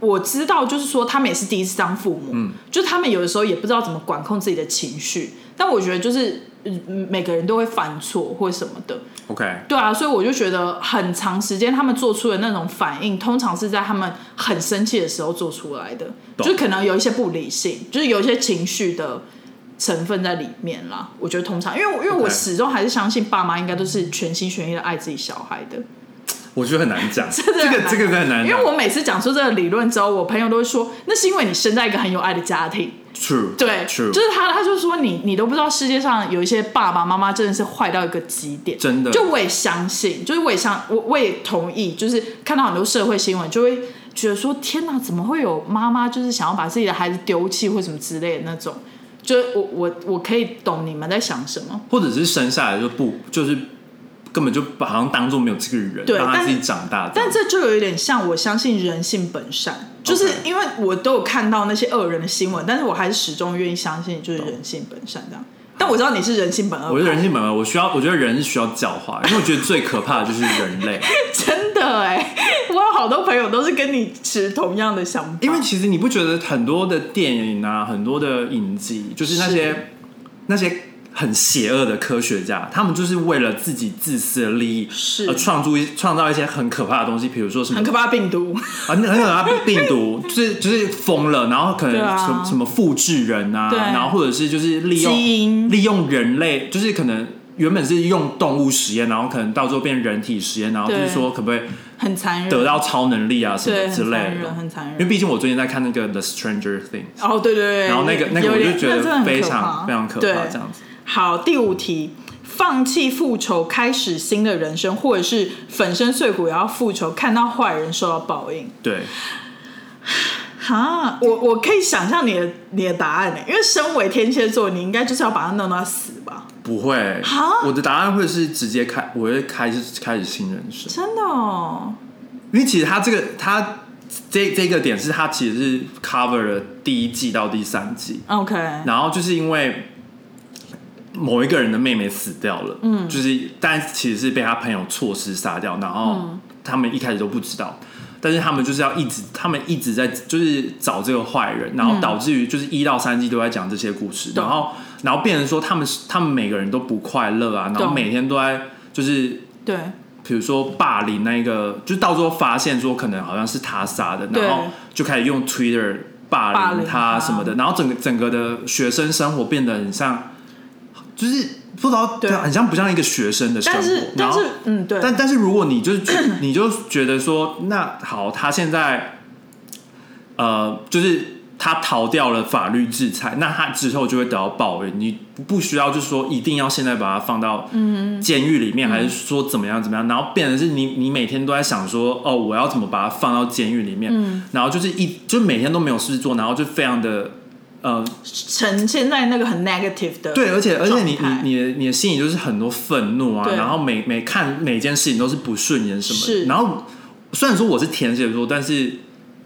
[SPEAKER 1] 我知道就是说他们也是第一次当父母，嗯，就他们有的时候也不知道怎么管控自己的情绪，但我觉得就是嗯每个人都会犯错或什么的，
[SPEAKER 2] OK，
[SPEAKER 1] 对啊，所以我就觉得很长时间他们做出的那种反应，通常是在他们很生气的时候做出来的，
[SPEAKER 2] 懂
[SPEAKER 1] 就是可能有一些不理性，就是有一些情绪的成分在里面啦。我觉得通常，因为我因为我
[SPEAKER 2] OK
[SPEAKER 1] 始终还是相信爸妈应该都是全心全意的爱自己小孩的，
[SPEAKER 2] 我觉得很难 讲，这
[SPEAKER 1] 的很
[SPEAKER 2] 个
[SPEAKER 1] 难
[SPEAKER 2] 这个真的很难
[SPEAKER 1] 因为
[SPEAKER 2] 讲
[SPEAKER 1] 我每次讲出这个理论之后，我朋友都会说，那是因为你生在一个很有爱的家庭。
[SPEAKER 2] ，true，
[SPEAKER 1] 对
[SPEAKER 2] ，true，
[SPEAKER 1] 就是他，他就说你，你都不知道世界上有一些爸爸妈妈真的是坏到一个极点，
[SPEAKER 2] 真的
[SPEAKER 1] 就我也相信，就是我也相，我我也同意，就是看到很多社会新闻，就会觉得说，天哪，怎么会有妈妈就是想要把自己的孩子丢弃或什么之类的那种？就是我我我可以懂你们在想什么，
[SPEAKER 2] 或者是生下来就不就是根本就把好像当做没有这个人，
[SPEAKER 1] 对
[SPEAKER 2] 让他
[SPEAKER 1] 但
[SPEAKER 2] 自己长大这样。
[SPEAKER 1] 但这就有一点像我相信人性本善，就是因为我都有看到那些恶人的新闻，但是我还是始终愿意相信就是人性本善这样。但我知道你是人性本恶派，
[SPEAKER 2] 我觉得人性本恶，我需要，我觉得人是需要教化，因为我觉得最可怕的就是人类，
[SPEAKER 1] 真的哎、我有好多朋友都是跟你持同样的想法，
[SPEAKER 2] 因为其实你不觉得很多的电影啊，很多的影集，就是那些
[SPEAKER 1] 是
[SPEAKER 2] 那些很邪恶的科学家，他们就是为了自己自私的利益，
[SPEAKER 1] 是
[SPEAKER 2] 而创出一创造一些很可怕的东西，比如说什么
[SPEAKER 1] 很可怕的病毒，
[SPEAKER 2] 啊，那很可怕病毒，就是就是疯了，然后可能
[SPEAKER 1] 对
[SPEAKER 2] 什
[SPEAKER 1] 啊
[SPEAKER 2] 么、什么复制人啊，
[SPEAKER 1] 对
[SPEAKER 2] 然后或者是就是利用
[SPEAKER 1] 基因
[SPEAKER 2] 利用人类，就是可能原本是用动物实验，然后可能到最后变人体实验，然后就是
[SPEAKER 1] 对
[SPEAKER 2] 说可不可以
[SPEAKER 1] 很残忍，
[SPEAKER 2] 得到超能力啊什么
[SPEAKER 1] 哎对
[SPEAKER 2] 之
[SPEAKER 1] 很残
[SPEAKER 2] 类
[SPEAKER 1] 忍，
[SPEAKER 2] 的。
[SPEAKER 1] 很残
[SPEAKER 2] 因为
[SPEAKER 1] 忍。
[SPEAKER 2] 毕竟我最近在看那个《The Stranger Things》，
[SPEAKER 1] 哦，对对对，
[SPEAKER 2] 然后那个那个
[SPEAKER 1] 有
[SPEAKER 2] 我
[SPEAKER 1] 点
[SPEAKER 2] 就觉
[SPEAKER 1] 那真的
[SPEAKER 2] 得
[SPEAKER 1] 很
[SPEAKER 2] 非
[SPEAKER 1] 可
[SPEAKER 2] 常非常可
[SPEAKER 1] 对
[SPEAKER 2] 怕，这样子。
[SPEAKER 1] 好，第五题，放弃复仇，开始新的人生，或者是粉身碎骨也要复仇，看到坏人受到报应。
[SPEAKER 2] 对，
[SPEAKER 1] 哈，我我可以想象你的你的答案呢、因为身为天蝎座，你应该就是要把他弄到死吧？
[SPEAKER 2] 不会
[SPEAKER 1] 哈，
[SPEAKER 2] 我的答案会是直接开，我会开始开始新人生。
[SPEAKER 1] 真的哦，
[SPEAKER 2] 因为其实他这个他这这个点是他其实是 cover 了第一季到第三季，
[SPEAKER 1] OK，
[SPEAKER 2] 然后就是因为某一个人的妹妹死掉了，嗯，就是但其实是被他朋友错失杀掉，然
[SPEAKER 1] 嗯
[SPEAKER 2] 后他们一开始都不知道。但是他们就是要一直，他们一直在就是找这个坏人，然后导致于就是一到三季都在讲这些故事，
[SPEAKER 1] 懂
[SPEAKER 2] 然后然后变成说他们是他们每个人都不快乐啊，然后
[SPEAKER 1] 懂
[SPEAKER 2] 每天都在就是
[SPEAKER 1] 对，
[SPEAKER 2] 比如说霸凌那个，就到时候发现说可能好像是他杀的，
[SPEAKER 1] 对
[SPEAKER 2] 然后就开始用 Twitter 霸
[SPEAKER 1] 霸凌
[SPEAKER 2] 凌
[SPEAKER 1] 他
[SPEAKER 2] 他什么的，然后整个整个的学生生活变得很像，就是不知道
[SPEAKER 1] 对
[SPEAKER 2] 很像不像一个学生的生活
[SPEAKER 1] 但是。
[SPEAKER 2] 然
[SPEAKER 1] 但
[SPEAKER 2] 后
[SPEAKER 1] 是，嗯，对，
[SPEAKER 2] 但但是如果你就是觉 你就觉得说，那好，他现在呃，就是他逃掉了法律制裁，那他之后就会得到报应。你不需要就是说一定要现在把他放到监狱里面，还是说怎么样怎么样，然后变成是你你每天都在想说，哦，我要怎么把他放到监狱里面，然后就是一就每天都没有事做，然后就非常的呃
[SPEAKER 1] 呈现在那个很 negative 的
[SPEAKER 2] 对，而且而且你
[SPEAKER 1] 状态
[SPEAKER 2] 你你的你的心里就是很多愤怒啊
[SPEAKER 1] 对，
[SPEAKER 2] 然后每每看每件事情都是不顺眼什么
[SPEAKER 1] 是
[SPEAKER 2] 的。然后虽然说我是天蝎座，但是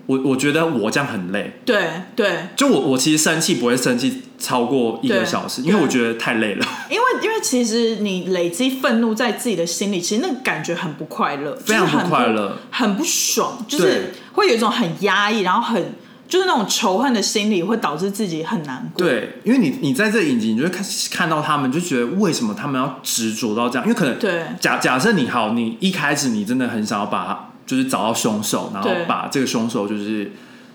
[SPEAKER 2] 我我觉得我这样很累。
[SPEAKER 1] 对对，
[SPEAKER 2] 就我我其实生气不会生气超过一
[SPEAKER 1] 对
[SPEAKER 2] 个小时，因为
[SPEAKER 1] 对
[SPEAKER 2] 我觉得太 累了，
[SPEAKER 1] 因为因为其实你累积愤怒在自己的心里，其实那个感觉很不快乐，
[SPEAKER 2] 非常
[SPEAKER 1] 就是很
[SPEAKER 2] 不快乐，
[SPEAKER 1] 很不爽，就
[SPEAKER 2] 对
[SPEAKER 1] 是会有一种很压抑，然后很就是那种仇恨的心理，会导致自己很难过。
[SPEAKER 2] 对，因为你你在这影集，你就会看看到他们，就觉得为什么他们要执着到这样？因为可能
[SPEAKER 1] 对
[SPEAKER 2] 假假设你好，你一开始你真的很想要把他就是找到凶手，然后
[SPEAKER 1] 对
[SPEAKER 2] 把这个凶手就是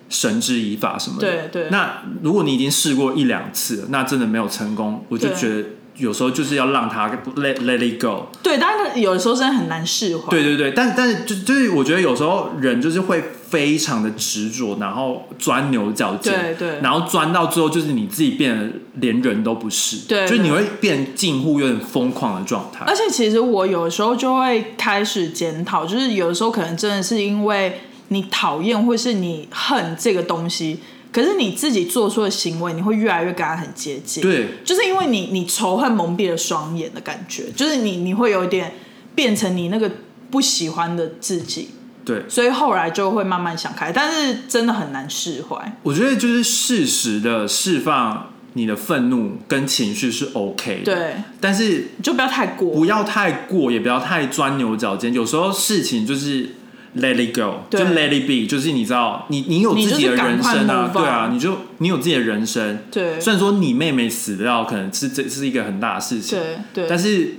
[SPEAKER 2] 绳之以法什么的。
[SPEAKER 1] 对对
[SPEAKER 2] 那如果你已经试过一两次了，那真的没有成功，我就
[SPEAKER 1] 对
[SPEAKER 2] 觉得有时候就是要让他 let let it go。
[SPEAKER 1] 对，但是有的时候真的很难释怀。
[SPEAKER 2] 对对对，但但是就就是我觉得有时候人就是会非常的执着，然后钻牛角尖，
[SPEAKER 1] 对对
[SPEAKER 2] 然后钻到最后就是你自己变得连人都不是，
[SPEAKER 1] 对
[SPEAKER 2] 就是你
[SPEAKER 1] 对
[SPEAKER 2] 会变近乎有点疯狂的状态
[SPEAKER 1] 而。且其实我有时候就会开始检讨，就是有的时候可能真的是因为你讨厌或是你恨这个东西，可是你自己做出的行为，你会越来越跟它很接近。
[SPEAKER 2] 对，
[SPEAKER 1] 就是因为你你仇恨蒙蔽了双眼的感觉，就是你你会有点变成你那个不喜欢的自己，
[SPEAKER 2] 对，
[SPEAKER 1] 所以后来就会慢慢想开，但是真的很难释怀。
[SPEAKER 2] 我觉得就是适时的释放你的愤怒跟情绪是 OK 的，
[SPEAKER 1] 对，
[SPEAKER 2] 但是
[SPEAKER 1] 你就不要太过，
[SPEAKER 2] 不要太过，也不要太钻牛角尖。有时候事情就是 let it go，就
[SPEAKER 1] 对
[SPEAKER 2] let it be，就是你知道，你你有自己的
[SPEAKER 1] 你
[SPEAKER 2] 人
[SPEAKER 1] 就是
[SPEAKER 2] 生
[SPEAKER 1] 赶快，move
[SPEAKER 2] 啊
[SPEAKER 1] on
[SPEAKER 2] 对啊，你就你有自己的人生。
[SPEAKER 1] 对
[SPEAKER 2] 虽然说你妹妹死掉，可能是这是一个很大的事情，
[SPEAKER 1] 对对，
[SPEAKER 2] 但是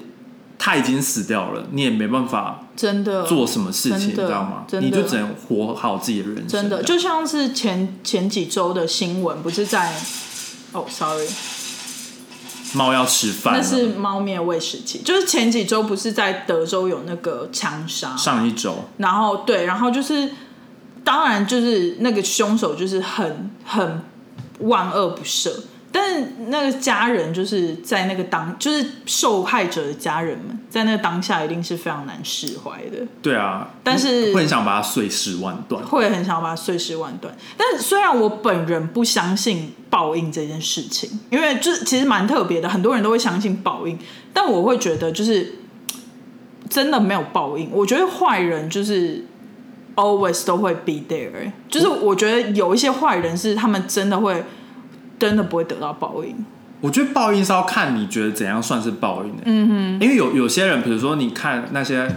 [SPEAKER 2] 她已经死掉了，你也没办法
[SPEAKER 1] 真的
[SPEAKER 2] 做什么事情，你
[SPEAKER 1] 真的
[SPEAKER 2] 知道吗？
[SPEAKER 1] 真的
[SPEAKER 2] 你就只能活好自己的人生。啊
[SPEAKER 1] 真的，
[SPEAKER 2] 这
[SPEAKER 1] 就
[SPEAKER 2] 样
[SPEAKER 1] 像是前前几周的新闻，不是在哦，sorry，
[SPEAKER 2] 猫要吃饭啊
[SPEAKER 1] 那
[SPEAKER 2] 了，
[SPEAKER 1] 是猫灭喂食器，就是前几周不是在德州有那个枪杀，
[SPEAKER 2] 上一周，
[SPEAKER 1] 然后对，然后就是，当然就是那个凶手就是很很万恶不赦，但那个家人就是在那个当，就是受害者的家人们在那个当下一定是非常难释怀的，
[SPEAKER 2] 对啊，
[SPEAKER 1] 但是
[SPEAKER 2] 会很想把它碎尸万段。
[SPEAKER 1] 会很想要把它碎尸万段。但虽然我本人不相信报应这件事情，因为就是其实蛮特别的，很多人都会相信报应，但我会觉得就是嘖真的没有报应。我觉得坏人就是 always 都会 be there，欸就是我觉得有一些坏人是他们真的会真的不会得到报应。
[SPEAKER 2] 我觉得报应是要看你觉得怎样算是报应、欸、嗯哼，因为有有些人，比如说你看那些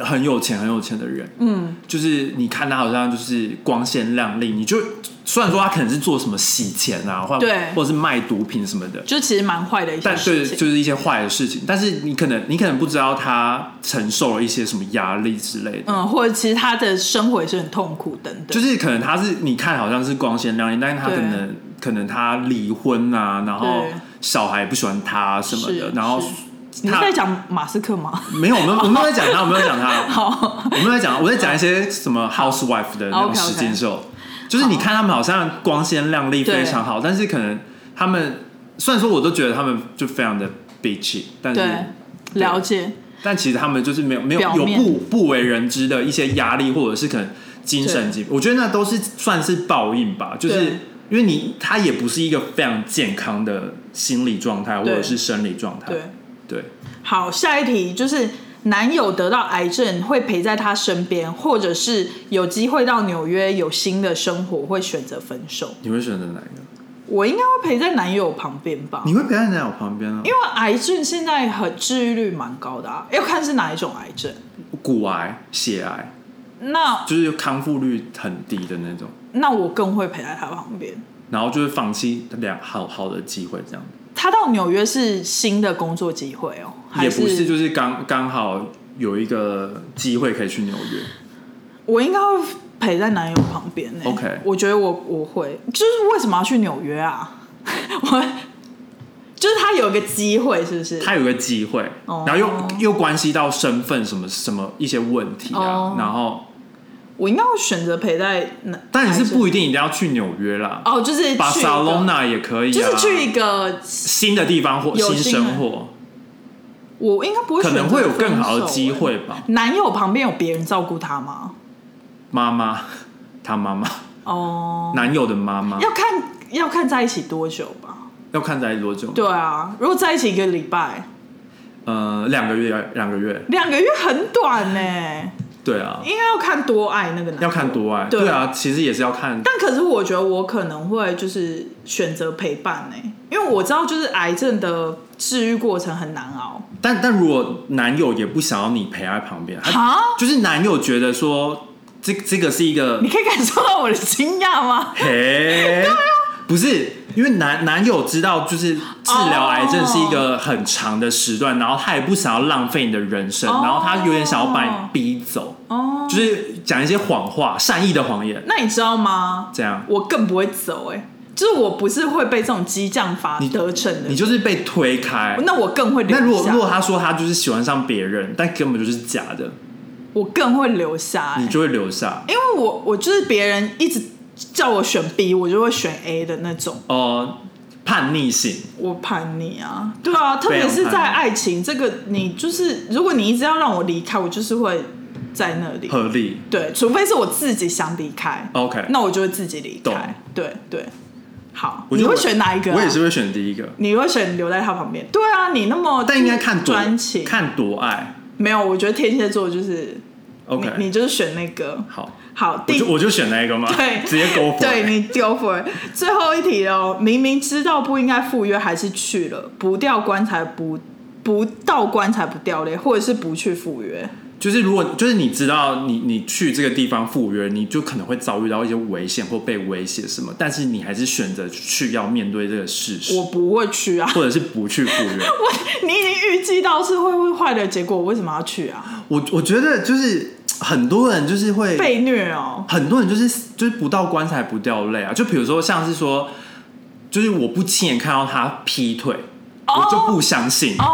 [SPEAKER 2] 很有钱、很有钱的人，嗯，就是你看他好像就是光鲜亮丽，你就虽然说他可能是做什么洗钱啊，或
[SPEAKER 1] 对
[SPEAKER 2] 或者是卖毒品什么的，
[SPEAKER 1] 就其实蛮坏的一些
[SPEAKER 2] 但对，
[SPEAKER 1] 事情，
[SPEAKER 2] 就是一些坏的事情，但是你可能你可能不知道他承受了一些什么压力之类的。
[SPEAKER 1] 嗯，或者其实他的生活也是很痛苦等等，
[SPEAKER 2] 就是可能他是你看好像是光鲜亮丽，但是他
[SPEAKER 1] 对
[SPEAKER 2] 可能可能他离婚啊，然后
[SPEAKER 1] 对
[SPEAKER 2] 小孩不喜欢他什么的
[SPEAKER 1] 是，
[SPEAKER 2] 然后
[SPEAKER 1] 是你是
[SPEAKER 2] 他
[SPEAKER 1] 在讲马斯克吗？
[SPEAKER 2] 没有，我们我们在讲他，我们在讲他，
[SPEAKER 1] 好，
[SPEAKER 2] 我们在讲，我在讲一些什么 housewife 的那种
[SPEAKER 1] OK，OK
[SPEAKER 2] 实境秀，就是你看他们好像光鲜亮丽，
[SPEAKER 1] 对
[SPEAKER 2] 非常好，但是可能他们虽然说我都觉得他们就非常的 bitchy，但是
[SPEAKER 1] 对，了解。
[SPEAKER 2] 但其实他们就是没有没有
[SPEAKER 1] 表
[SPEAKER 2] 有
[SPEAKER 1] 面
[SPEAKER 2] 不不为人知的一些压力，或者是可能精神疾病，我觉得那都是算是报应吧，就是
[SPEAKER 1] 对
[SPEAKER 2] 因为你他也不是一个非常健康的心理状态或者
[SPEAKER 1] 对
[SPEAKER 2] 是生理状态，
[SPEAKER 1] 对，
[SPEAKER 2] 对
[SPEAKER 1] 好，下一题就是男友得到癌症会陪在她身边，或者是有机会到纽约有新的生活，会选择分手。
[SPEAKER 2] 你会选择哪一个？
[SPEAKER 1] 我应该会陪在男友旁边吧，
[SPEAKER 2] 你会陪在男友旁边啊？
[SPEAKER 1] 因为癌症现在很治愈率蛮高的啊，要看是哪一种癌症。
[SPEAKER 2] 骨癌、血癌，
[SPEAKER 1] 那
[SPEAKER 2] 就是康复率很低的那种，
[SPEAKER 1] 那我更会陪在他旁边。
[SPEAKER 2] 然后就是放弃两好好的机会，这样
[SPEAKER 1] 他到纽约是新的工作机会哦，还
[SPEAKER 2] 也不是就是刚刚好有一个机会可以去纽约。
[SPEAKER 1] 我应该会陪在男友旁边呢、
[SPEAKER 2] OK
[SPEAKER 1] 我觉得我我会，就是为什么要去纽约啊？ 我就是他有一个机会，是不是？
[SPEAKER 2] 他有个机会，
[SPEAKER 1] 哦
[SPEAKER 2] 然后又又关系到身份什么什么一些问题啊，
[SPEAKER 1] 哦
[SPEAKER 2] 然后
[SPEAKER 1] 我应该会选择陪在男，
[SPEAKER 2] 但也是
[SPEAKER 1] 还
[SPEAKER 2] 不一定一定要去纽约啦，
[SPEAKER 1] 哦，就是去一个
[SPEAKER 2] 巴塞罗那也可以、啊，
[SPEAKER 1] 就是去一个，
[SPEAKER 2] 新的地方或
[SPEAKER 1] 有
[SPEAKER 2] 新
[SPEAKER 1] 新的
[SPEAKER 2] 生活，
[SPEAKER 1] 我应该不会
[SPEAKER 2] 可
[SPEAKER 1] 选择
[SPEAKER 2] 能会有更好的
[SPEAKER 1] 分手
[SPEAKER 2] 机
[SPEAKER 1] 欸。
[SPEAKER 2] 会吧。
[SPEAKER 1] 男友旁边有别人照顾他吗？
[SPEAKER 2] 妈妈，他妈妈，
[SPEAKER 1] 哦、
[SPEAKER 2] 男友的妈妈，
[SPEAKER 1] 要看要看在一起多久吧。
[SPEAKER 2] 要看在多久？
[SPEAKER 1] 对啊，如果在一起一个礼拜，
[SPEAKER 2] 呃，两个月，两个月，
[SPEAKER 1] 两个月很短呢、
[SPEAKER 2] 对啊，
[SPEAKER 1] 应该要看多爱那个男
[SPEAKER 2] 要
[SPEAKER 1] 友。
[SPEAKER 2] 看多爱，
[SPEAKER 1] 对
[SPEAKER 2] 对啊，其实也是要看，
[SPEAKER 1] 但可是我觉得我可能会就是选择陪伴呢、欸因为我知道就是癌症的治愈过程很难熬
[SPEAKER 2] 但但如果男友也不想要你陪在旁边，他
[SPEAKER 1] 哈，
[SPEAKER 2] 就是男友觉得说这这个是一个
[SPEAKER 1] 你可以感受到我的惊讶吗？
[SPEAKER 2] 嘿，不是，因为男男友知道就是治疗癌症是一个很长的时段，然后他也不想要浪费你的人生，
[SPEAKER 1] 哦
[SPEAKER 2] 然后他有点想要把你逼走，
[SPEAKER 1] 哦，
[SPEAKER 2] 就是讲一些谎话、善意的谎言，
[SPEAKER 1] 那你知道吗？
[SPEAKER 2] 这样
[SPEAKER 1] 我更不会走哎、就是我不是会被这种激将法
[SPEAKER 2] 你
[SPEAKER 1] 得逞的
[SPEAKER 2] 你
[SPEAKER 1] 人，
[SPEAKER 2] 就是被推开。
[SPEAKER 1] 哦那我更会留下。
[SPEAKER 2] 那如果如果他说他就是喜欢上别人，但根本就是假的，
[SPEAKER 1] 我更会留下、欸
[SPEAKER 2] 你，就会留下。
[SPEAKER 1] 因为我我就是别人一直叫我选 B，我就会选 A 的那种。
[SPEAKER 2] 哦、叛逆性，
[SPEAKER 1] 我叛逆啊，对啊，特
[SPEAKER 2] 非
[SPEAKER 1] 别
[SPEAKER 2] 常
[SPEAKER 1] 是在
[SPEAKER 2] 叛逆
[SPEAKER 1] 爱情这个，你就是如果你一直要让我离开，我就是会在那里。
[SPEAKER 2] 合理。
[SPEAKER 1] 对，除非是我自己想离开，
[SPEAKER 2] OK，
[SPEAKER 1] 那我就会自己离开
[SPEAKER 2] 懂。
[SPEAKER 1] 对对，好，
[SPEAKER 2] 我
[SPEAKER 1] 你
[SPEAKER 2] 觉得
[SPEAKER 1] 会
[SPEAKER 2] 我
[SPEAKER 1] 选哪一个、啊？
[SPEAKER 2] 我也是，会选第一个，
[SPEAKER 1] 你会选留在他旁边？对啊，你那么
[SPEAKER 2] 但应该看多
[SPEAKER 1] 专情，
[SPEAKER 2] 看多爱。
[SPEAKER 1] 没有，我觉得天蝎座就是
[SPEAKER 2] OK
[SPEAKER 1] 你你就是选那个。
[SPEAKER 2] 好，
[SPEAKER 1] 好，
[SPEAKER 2] 我
[SPEAKER 1] 第
[SPEAKER 2] 就我就选那一个嘛，
[SPEAKER 1] 对
[SPEAKER 2] 直接 go for
[SPEAKER 1] 对
[SPEAKER 2] it
[SPEAKER 1] 你 go for it。最后一题哦，明明知道不应该赴约，还是去了，不掉棺材不不到棺材不掉泪，或者是不去赴约。
[SPEAKER 2] 就是如果就是你知道你你去这个地方赴约，你就可能会遭遇到一些危险或被威胁什么，但是你还是选择去要面对这个事
[SPEAKER 1] 我
[SPEAKER 2] 实，
[SPEAKER 1] 不会去啊，
[SPEAKER 2] 或者是不去赴约。
[SPEAKER 1] 你已经预计到是会会坏的结果，我为什么要去啊？
[SPEAKER 2] 我我觉得就是很多人就是会
[SPEAKER 1] 被虐哦，
[SPEAKER 2] 很多人就是就是不到棺材不掉泪啊，就比如说像是说，就是我不亲眼看到他劈腿，我就不相信。
[SPEAKER 1] 哦，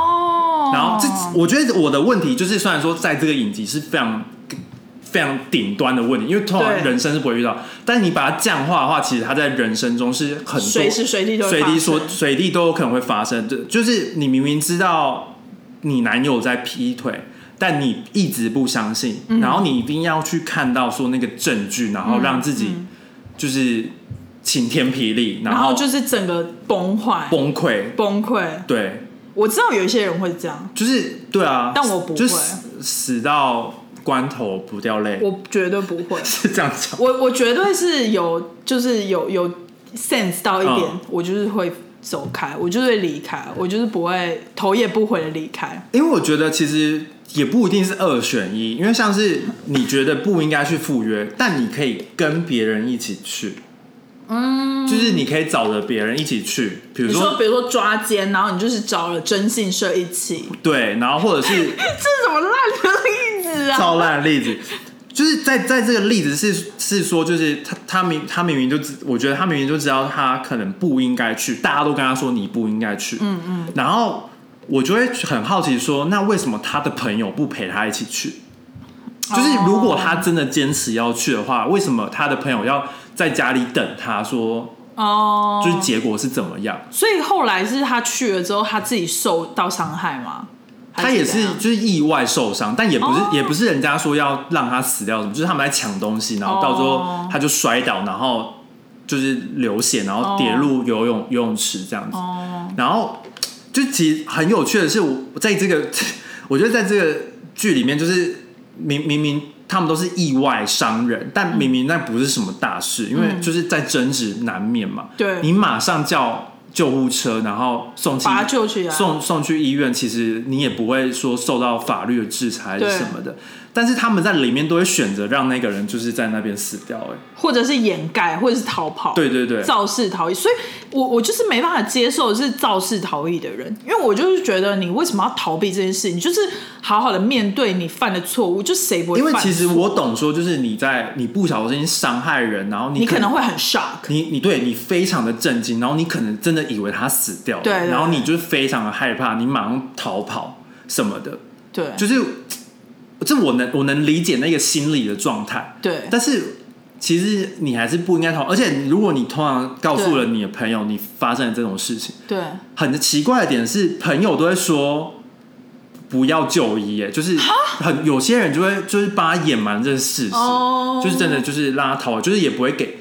[SPEAKER 2] 然后这我觉得我的问题就是，虽然说在这个影集是非常非常顶端的问题，因为通常
[SPEAKER 1] 对
[SPEAKER 2] 人生是不会遇到，但你把它降化的话，其实它在人生中是很多
[SPEAKER 1] 随时随地都会
[SPEAKER 2] 随地
[SPEAKER 1] 发
[SPEAKER 2] 说
[SPEAKER 1] 生
[SPEAKER 2] 随地都有可能会发生。就就是你明明知道你男友在劈腿。但你一直不相信，
[SPEAKER 1] 嗯
[SPEAKER 2] 然后你一定要去看到说那个证据，然后让自己就是晴天霹雳，
[SPEAKER 1] 嗯然
[SPEAKER 2] 后
[SPEAKER 1] 后就是整个崩坏
[SPEAKER 2] 崩溃。
[SPEAKER 1] 崩溃。
[SPEAKER 2] 对，
[SPEAKER 1] 我知道有一些人会这样，
[SPEAKER 2] 就是对啊，
[SPEAKER 1] 但我不会
[SPEAKER 2] 就死死到关头不掉泪，
[SPEAKER 1] 我绝对不会。
[SPEAKER 2] 是这样讲。
[SPEAKER 1] 我我绝对是有，就是有有 sense 到一点，
[SPEAKER 2] 嗯
[SPEAKER 1] 我就是会走开，我就是会离开，我就是不会头也不回的离开。
[SPEAKER 2] 因为我觉得其实也不一定是二选一，因为像是你觉得不应该去赴约，但你可以跟别人一起去，嗯，就是你可以找着别人一起去，
[SPEAKER 1] 比
[SPEAKER 2] 比如
[SPEAKER 1] 如
[SPEAKER 2] 说
[SPEAKER 1] 说，比如说抓奸，然后你就是找了征信社一起，
[SPEAKER 2] 对，然后或者 是
[SPEAKER 1] 这怎么烂的例子 啊？
[SPEAKER 2] 照烂的例子。就是在在这个例子是是说，就是他他明他明明就知，我觉得他明明就知道他可能不应该去，大家都跟他说你不应该去，嗯嗯，然后我就会很好奇说，那为什么他的朋友不陪他一起去？就是如果他真的坚持要去的话，为什么他的朋友要在家里等他说，
[SPEAKER 1] 哦，
[SPEAKER 2] 就是结果是怎么样？
[SPEAKER 1] 所以后来是他去了之后，他自己受到伤害吗？
[SPEAKER 2] 他也
[SPEAKER 1] 怎
[SPEAKER 2] 是
[SPEAKER 1] 样
[SPEAKER 2] 就是意外受伤，但也不是、
[SPEAKER 1] 哦
[SPEAKER 2] 也不是人家说要让他死掉什么，就是他们在抢东西，然后到最
[SPEAKER 1] 哦
[SPEAKER 2] 后他就摔倒，然后就是流血，然后跌入游泳、游泳池这样子。
[SPEAKER 1] 哦，
[SPEAKER 2] 然后就其实很有趣的是，我我在这个 我觉得在这个剧里面，就是明明明他们都是意外伤人，
[SPEAKER 1] 嗯
[SPEAKER 2] 但明明那不是什么大事，因为就是在争执难免嘛。
[SPEAKER 1] 对
[SPEAKER 2] 你马上叫救护车，然后送去
[SPEAKER 1] 把他救起来
[SPEAKER 2] 送送去医院，其实你也不会说受到法律的制裁还是
[SPEAKER 1] 对
[SPEAKER 2] 什么的。但是他们在里面都会选择让那个人就是在那边死掉、哎，
[SPEAKER 1] 或者是掩盖，或者是逃跑，
[SPEAKER 2] 对对对，
[SPEAKER 1] 肇事逃逸，所以我我就是没办法接受是肇事逃逸的人，因为我就是觉得你为什么要逃避这件事？你就是好好的面对你犯的错误，就谁不会
[SPEAKER 2] 因
[SPEAKER 1] 犯？
[SPEAKER 2] 为其实我懂说，就是你在你不小心伤害人，然后你
[SPEAKER 1] 你可能会很 shock，
[SPEAKER 2] 你你对你非常的震惊，然后你可能真的以为他死掉了，
[SPEAKER 1] 对对
[SPEAKER 2] 然后你就非常的害怕，你马上逃跑什么的，
[SPEAKER 1] 对，
[SPEAKER 2] 就是这我能我能理解那个心理的状态，
[SPEAKER 1] 对
[SPEAKER 2] 但是其实你还是不应该逃，而且如果你通常告诉了你的朋友你发生了这种事情，
[SPEAKER 1] 对，
[SPEAKER 2] 很奇怪的点是，朋友都会说不要就医，哎，就是很有些人就会就是帮他掩瞒这个事实，
[SPEAKER 1] 哦
[SPEAKER 2] 就是真的就是让他逃，就是也不会给，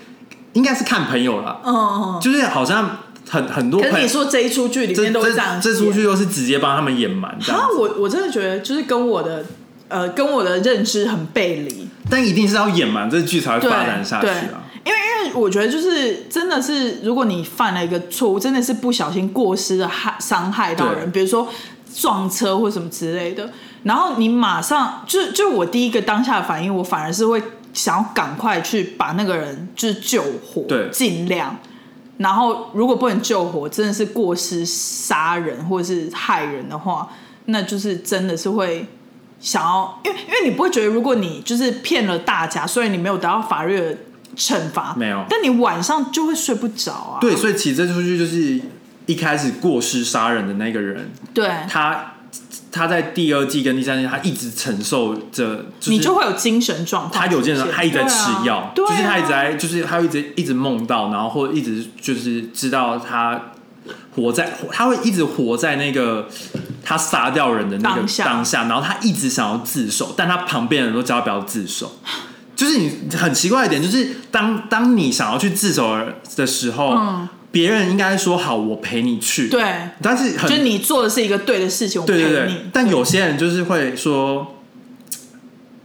[SPEAKER 2] 应该是看朋友啦，
[SPEAKER 1] 嗯，
[SPEAKER 2] 就是好像很很多
[SPEAKER 1] 可是
[SPEAKER 2] 朋
[SPEAKER 1] 你
[SPEAKER 2] 友
[SPEAKER 1] 说这一出剧里
[SPEAKER 2] 这
[SPEAKER 1] 面都是这
[SPEAKER 2] 这
[SPEAKER 1] 样
[SPEAKER 2] 这
[SPEAKER 1] 子
[SPEAKER 2] 出去都是直接帮他们掩瞒这样
[SPEAKER 1] 啊
[SPEAKER 2] 子，，
[SPEAKER 1] 我我真的觉得就是跟我的呃跟我的认知很背离，
[SPEAKER 2] 但一定是要掩瞒这剧才会
[SPEAKER 1] 对
[SPEAKER 2] 发展下去
[SPEAKER 1] 对
[SPEAKER 2] 啊。
[SPEAKER 1] 因为因为我觉得就是真的是，如果你犯了一个错误，真的是不小心过失的害伤害到人，
[SPEAKER 2] 对
[SPEAKER 1] 比如说撞车或什么之类的，然后你马上就就我第一个当下的反应，我反而是会想要赶快去把那个人就是救活，
[SPEAKER 2] 对
[SPEAKER 1] 尽量。然后如果不能救活，真的是过失杀人或者是害人的话，那就是真的是会想要，因为因为你不会觉得，如果你就是骗了大家，虽然你没有得到法律的惩罚，
[SPEAKER 2] 没有
[SPEAKER 1] 但你晚上就会睡不着啊。
[SPEAKER 2] 对，所以其实这出剧就是一开始过失杀人的那个人，
[SPEAKER 1] 对，
[SPEAKER 2] 他他在第二季跟第三季，他一直承受着，就是、
[SPEAKER 1] 你就会有精神状况
[SPEAKER 2] 他
[SPEAKER 1] 出现。
[SPEAKER 2] 有健身，他一直在吃药，
[SPEAKER 1] 对啊、
[SPEAKER 2] 就是他一直
[SPEAKER 1] 对啊
[SPEAKER 2] 在，就是他一直一直梦到，然后或者一直就是知道他活在，他会一直活在那个他杀掉人的那个
[SPEAKER 1] 当下
[SPEAKER 2] 然后他一直想要自首，但他旁边的人都叫他不要自首。就是你很奇怪的点，就是当当你想要去自首的时候，
[SPEAKER 1] 嗯
[SPEAKER 2] 别人应该说好，我陪你去。，
[SPEAKER 1] 对，
[SPEAKER 2] 但是很
[SPEAKER 1] 就是你做的是一个对的事情，我
[SPEAKER 2] 对对
[SPEAKER 1] 陪
[SPEAKER 2] 对
[SPEAKER 1] 你，
[SPEAKER 2] 但有些人就是会说，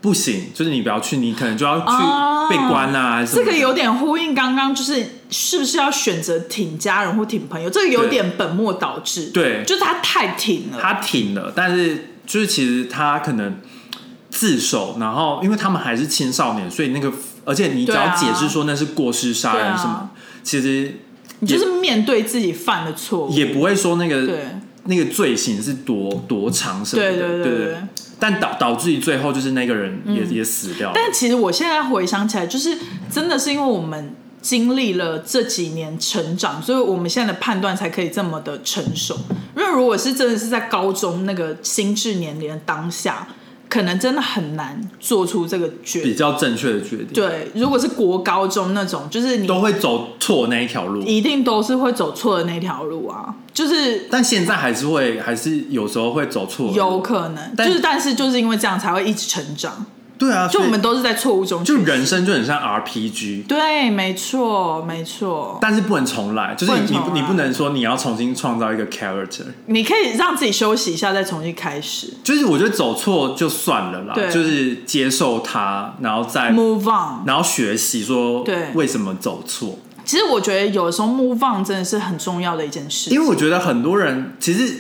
[SPEAKER 2] 不行，就是你不要去，你可能就要去
[SPEAKER 1] 哦
[SPEAKER 2] 被关啊，还是什
[SPEAKER 1] 这
[SPEAKER 2] 么的
[SPEAKER 1] 个有点呼应刚刚，就是是不是要选择挺家人或挺朋友？这个有
[SPEAKER 2] 对
[SPEAKER 1] 点本末倒置。
[SPEAKER 2] 对
[SPEAKER 1] 就是他太挺了。
[SPEAKER 2] 他挺了，但是就是其实他可能自首，然后因为他们还是青少年，所以那个而且你只
[SPEAKER 1] 对
[SPEAKER 2] 要
[SPEAKER 1] 啊
[SPEAKER 2] 解释说那是过失杀
[SPEAKER 1] 对
[SPEAKER 2] 人
[SPEAKER 1] 啊
[SPEAKER 2] 什么，其实
[SPEAKER 1] 你就是面对自己犯的错误。
[SPEAKER 2] 也不会说那个
[SPEAKER 1] 对
[SPEAKER 2] 那个罪行是多多长什么的，
[SPEAKER 1] 对对
[SPEAKER 2] 对
[SPEAKER 1] 对对。嗯
[SPEAKER 2] 但导导致于最后就是那个人也、也死掉了，
[SPEAKER 1] 但其实我现在回想起来，就是真的是因为我们经历了这几年成长，所以我们现在的判断才可以这么的成熟。因为如果是真的是在高中那个心智年龄的当下，可能真的很难做出这个决
[SPEAKER 2] 比
[SPEAKER 1] 定。
[SPEAKER 2] 较正确的决定，
[SPEAKER 1] 对，如果是国高中那种，就是你
[SPEAKER 2] 都会走错那一条路。
[SPEAKER 1] 一定都是会走错的那条路啊，就是
[SPEAKER 2] 但现在还是会，还是有时候会走错。
[SPEAKER 1] 有，可能，
[SPEAKER 2] 但
[SPEAKER 1] 就是但是就是因为这样才会一直成长，
[SPEAKER 2] 对啊，
[SPEAKER 1] 就
[SPEAKER 2] 所以
[SPEAKER 1] 我们都是在错误中
[SPEAKER 2] 就
[SPEAKER 1] 学习
[SPEAKER 2] 人生就很像 RPG，
[SPEAKER 1] 对，没错，没错。
[SPEAKER 2] 但是不能重来，就是你
[SPEAKER 1] 不能重来
[SPEAKER 2] 你你不能说你要重新创造一个 character，
[SPEAKER 1] 你可以让自己休息一下，再重新开始
[SPEAKER 2] 就是我觉得走错就算了啦，
[SPEAKER 1] 对
[SPEAKER 2] 就是接受它，然后再
[SPEAKER 1] ，move on。
[SPEAKER 2] 然后学习说
[SPEAKER 1] 对
[SPEAKER 2] 为什么走错，
[SPEAKER 1] 其实我觉得有的时候 move on 真的是很重要的一件事
[SPEAKER 2] 因。为我觉得很多人其实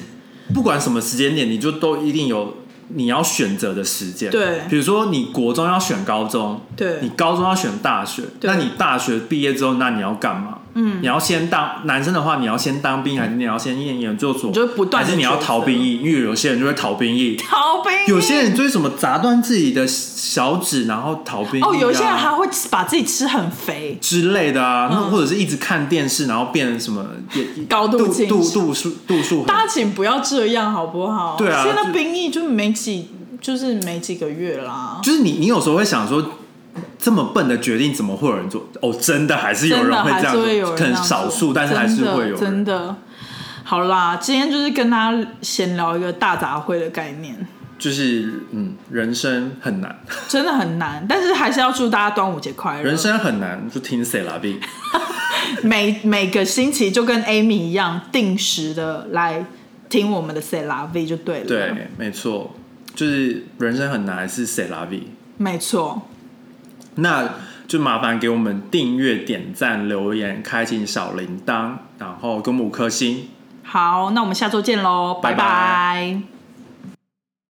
[SPEAKER 2] 不管什么时间点，你就都一定有你要选择的时间，
[SPEAKER 1] 对
[SPEAKER 2] 比如说你国中要选高中，
[SPEAKER 1] 对
[SPEAKER 2] 你高中要选大学，
[SPEAKER 1] 对
[SPEAKER 2] 那你大学毕业之后，那你要干嘛？嗯，你要先当男生的话，你要先当兵，还是你要先念研究所？
[SPEAKER 1] 你就不断地
[SPEAKER 2] 还是你要
[SPEAKER 1] 抉择
[SPEAKER 2] 逃兵役？因为有些人就会逃兵役，
[SPEAKER 1] 逃兵，
[SPEAKER 2] 有些人就是什么砸断自己的小指，然后逃兵役、啊、
[SPEAKER 1] 哦，有些人还会把自己吃很肥，
[SPEAKER 2] 之类的啊，那或者是一直看电视，然后变什么也
[SPEAKER 1] 高度
[SPEAKER 2] 度
[SPEAKER 1] 近视
[SPEAKER 2] 度度数度数很
[SPEAKER 1] 大家请不要这样好不好？
[SPEAKER 2] 对啊
[SPEAKER 1] 现在
[SPEAKER 2] 就
[SPEAKER 1] 兵役就没几，就是没几个月啦。
[SPEAKER 2] 就是你，你有时候会想说，这么笨的决定怎么会有人做？哦，真的还是 有
[SPEAKER 1] 真的
[SPEAKER 2] 人会
[SPEAKER 1] 还
[SPEAKER 2] 这样
[SPEAKER 1] 是会有
[SPEAKER 2] 做，
[SPEAKER 1] 人
[SPEAKER 2] 可能
[SPEAKER 1] 这样
[SPEAKER 2] 少
[SPEAKER 1] 做
[SPEAKER 2] 数，但是还是
[SPEAKER 1] 真的
[SPEAKER 2] 会有
[SPEAKER 1] 真
[SPEAKER 2] 人。
[SPEAKER 1] 的。好啦，今天就是跟大家闲聊一个大杂烩的概念，
[SPEAKER 2] 就是嗯，人生很 难，
[SPEAKER 1] 真的很难，但是还是要祝大家端午节快乐。
[SPEAKER 2] 人生很难，就听谁啦比。
[SPEAKER 1] 每每个星期就跟 Amy 一样，定时的来听我们的 C La V 就对了。，
[SPEAKER 2] 对，没错，就是人生很难，还是谁啦比？
[SPEAKER 1] 没错，
[SPEAKER 2] 那就麻烦给我们订阅、点赞、留言、开启小铃铛，然后给我们五颗星。
[SPEAKER 1] 好，那我们下周见喽，
[SPEAKER 2] 拜
[SPEAKER 1] 拜拜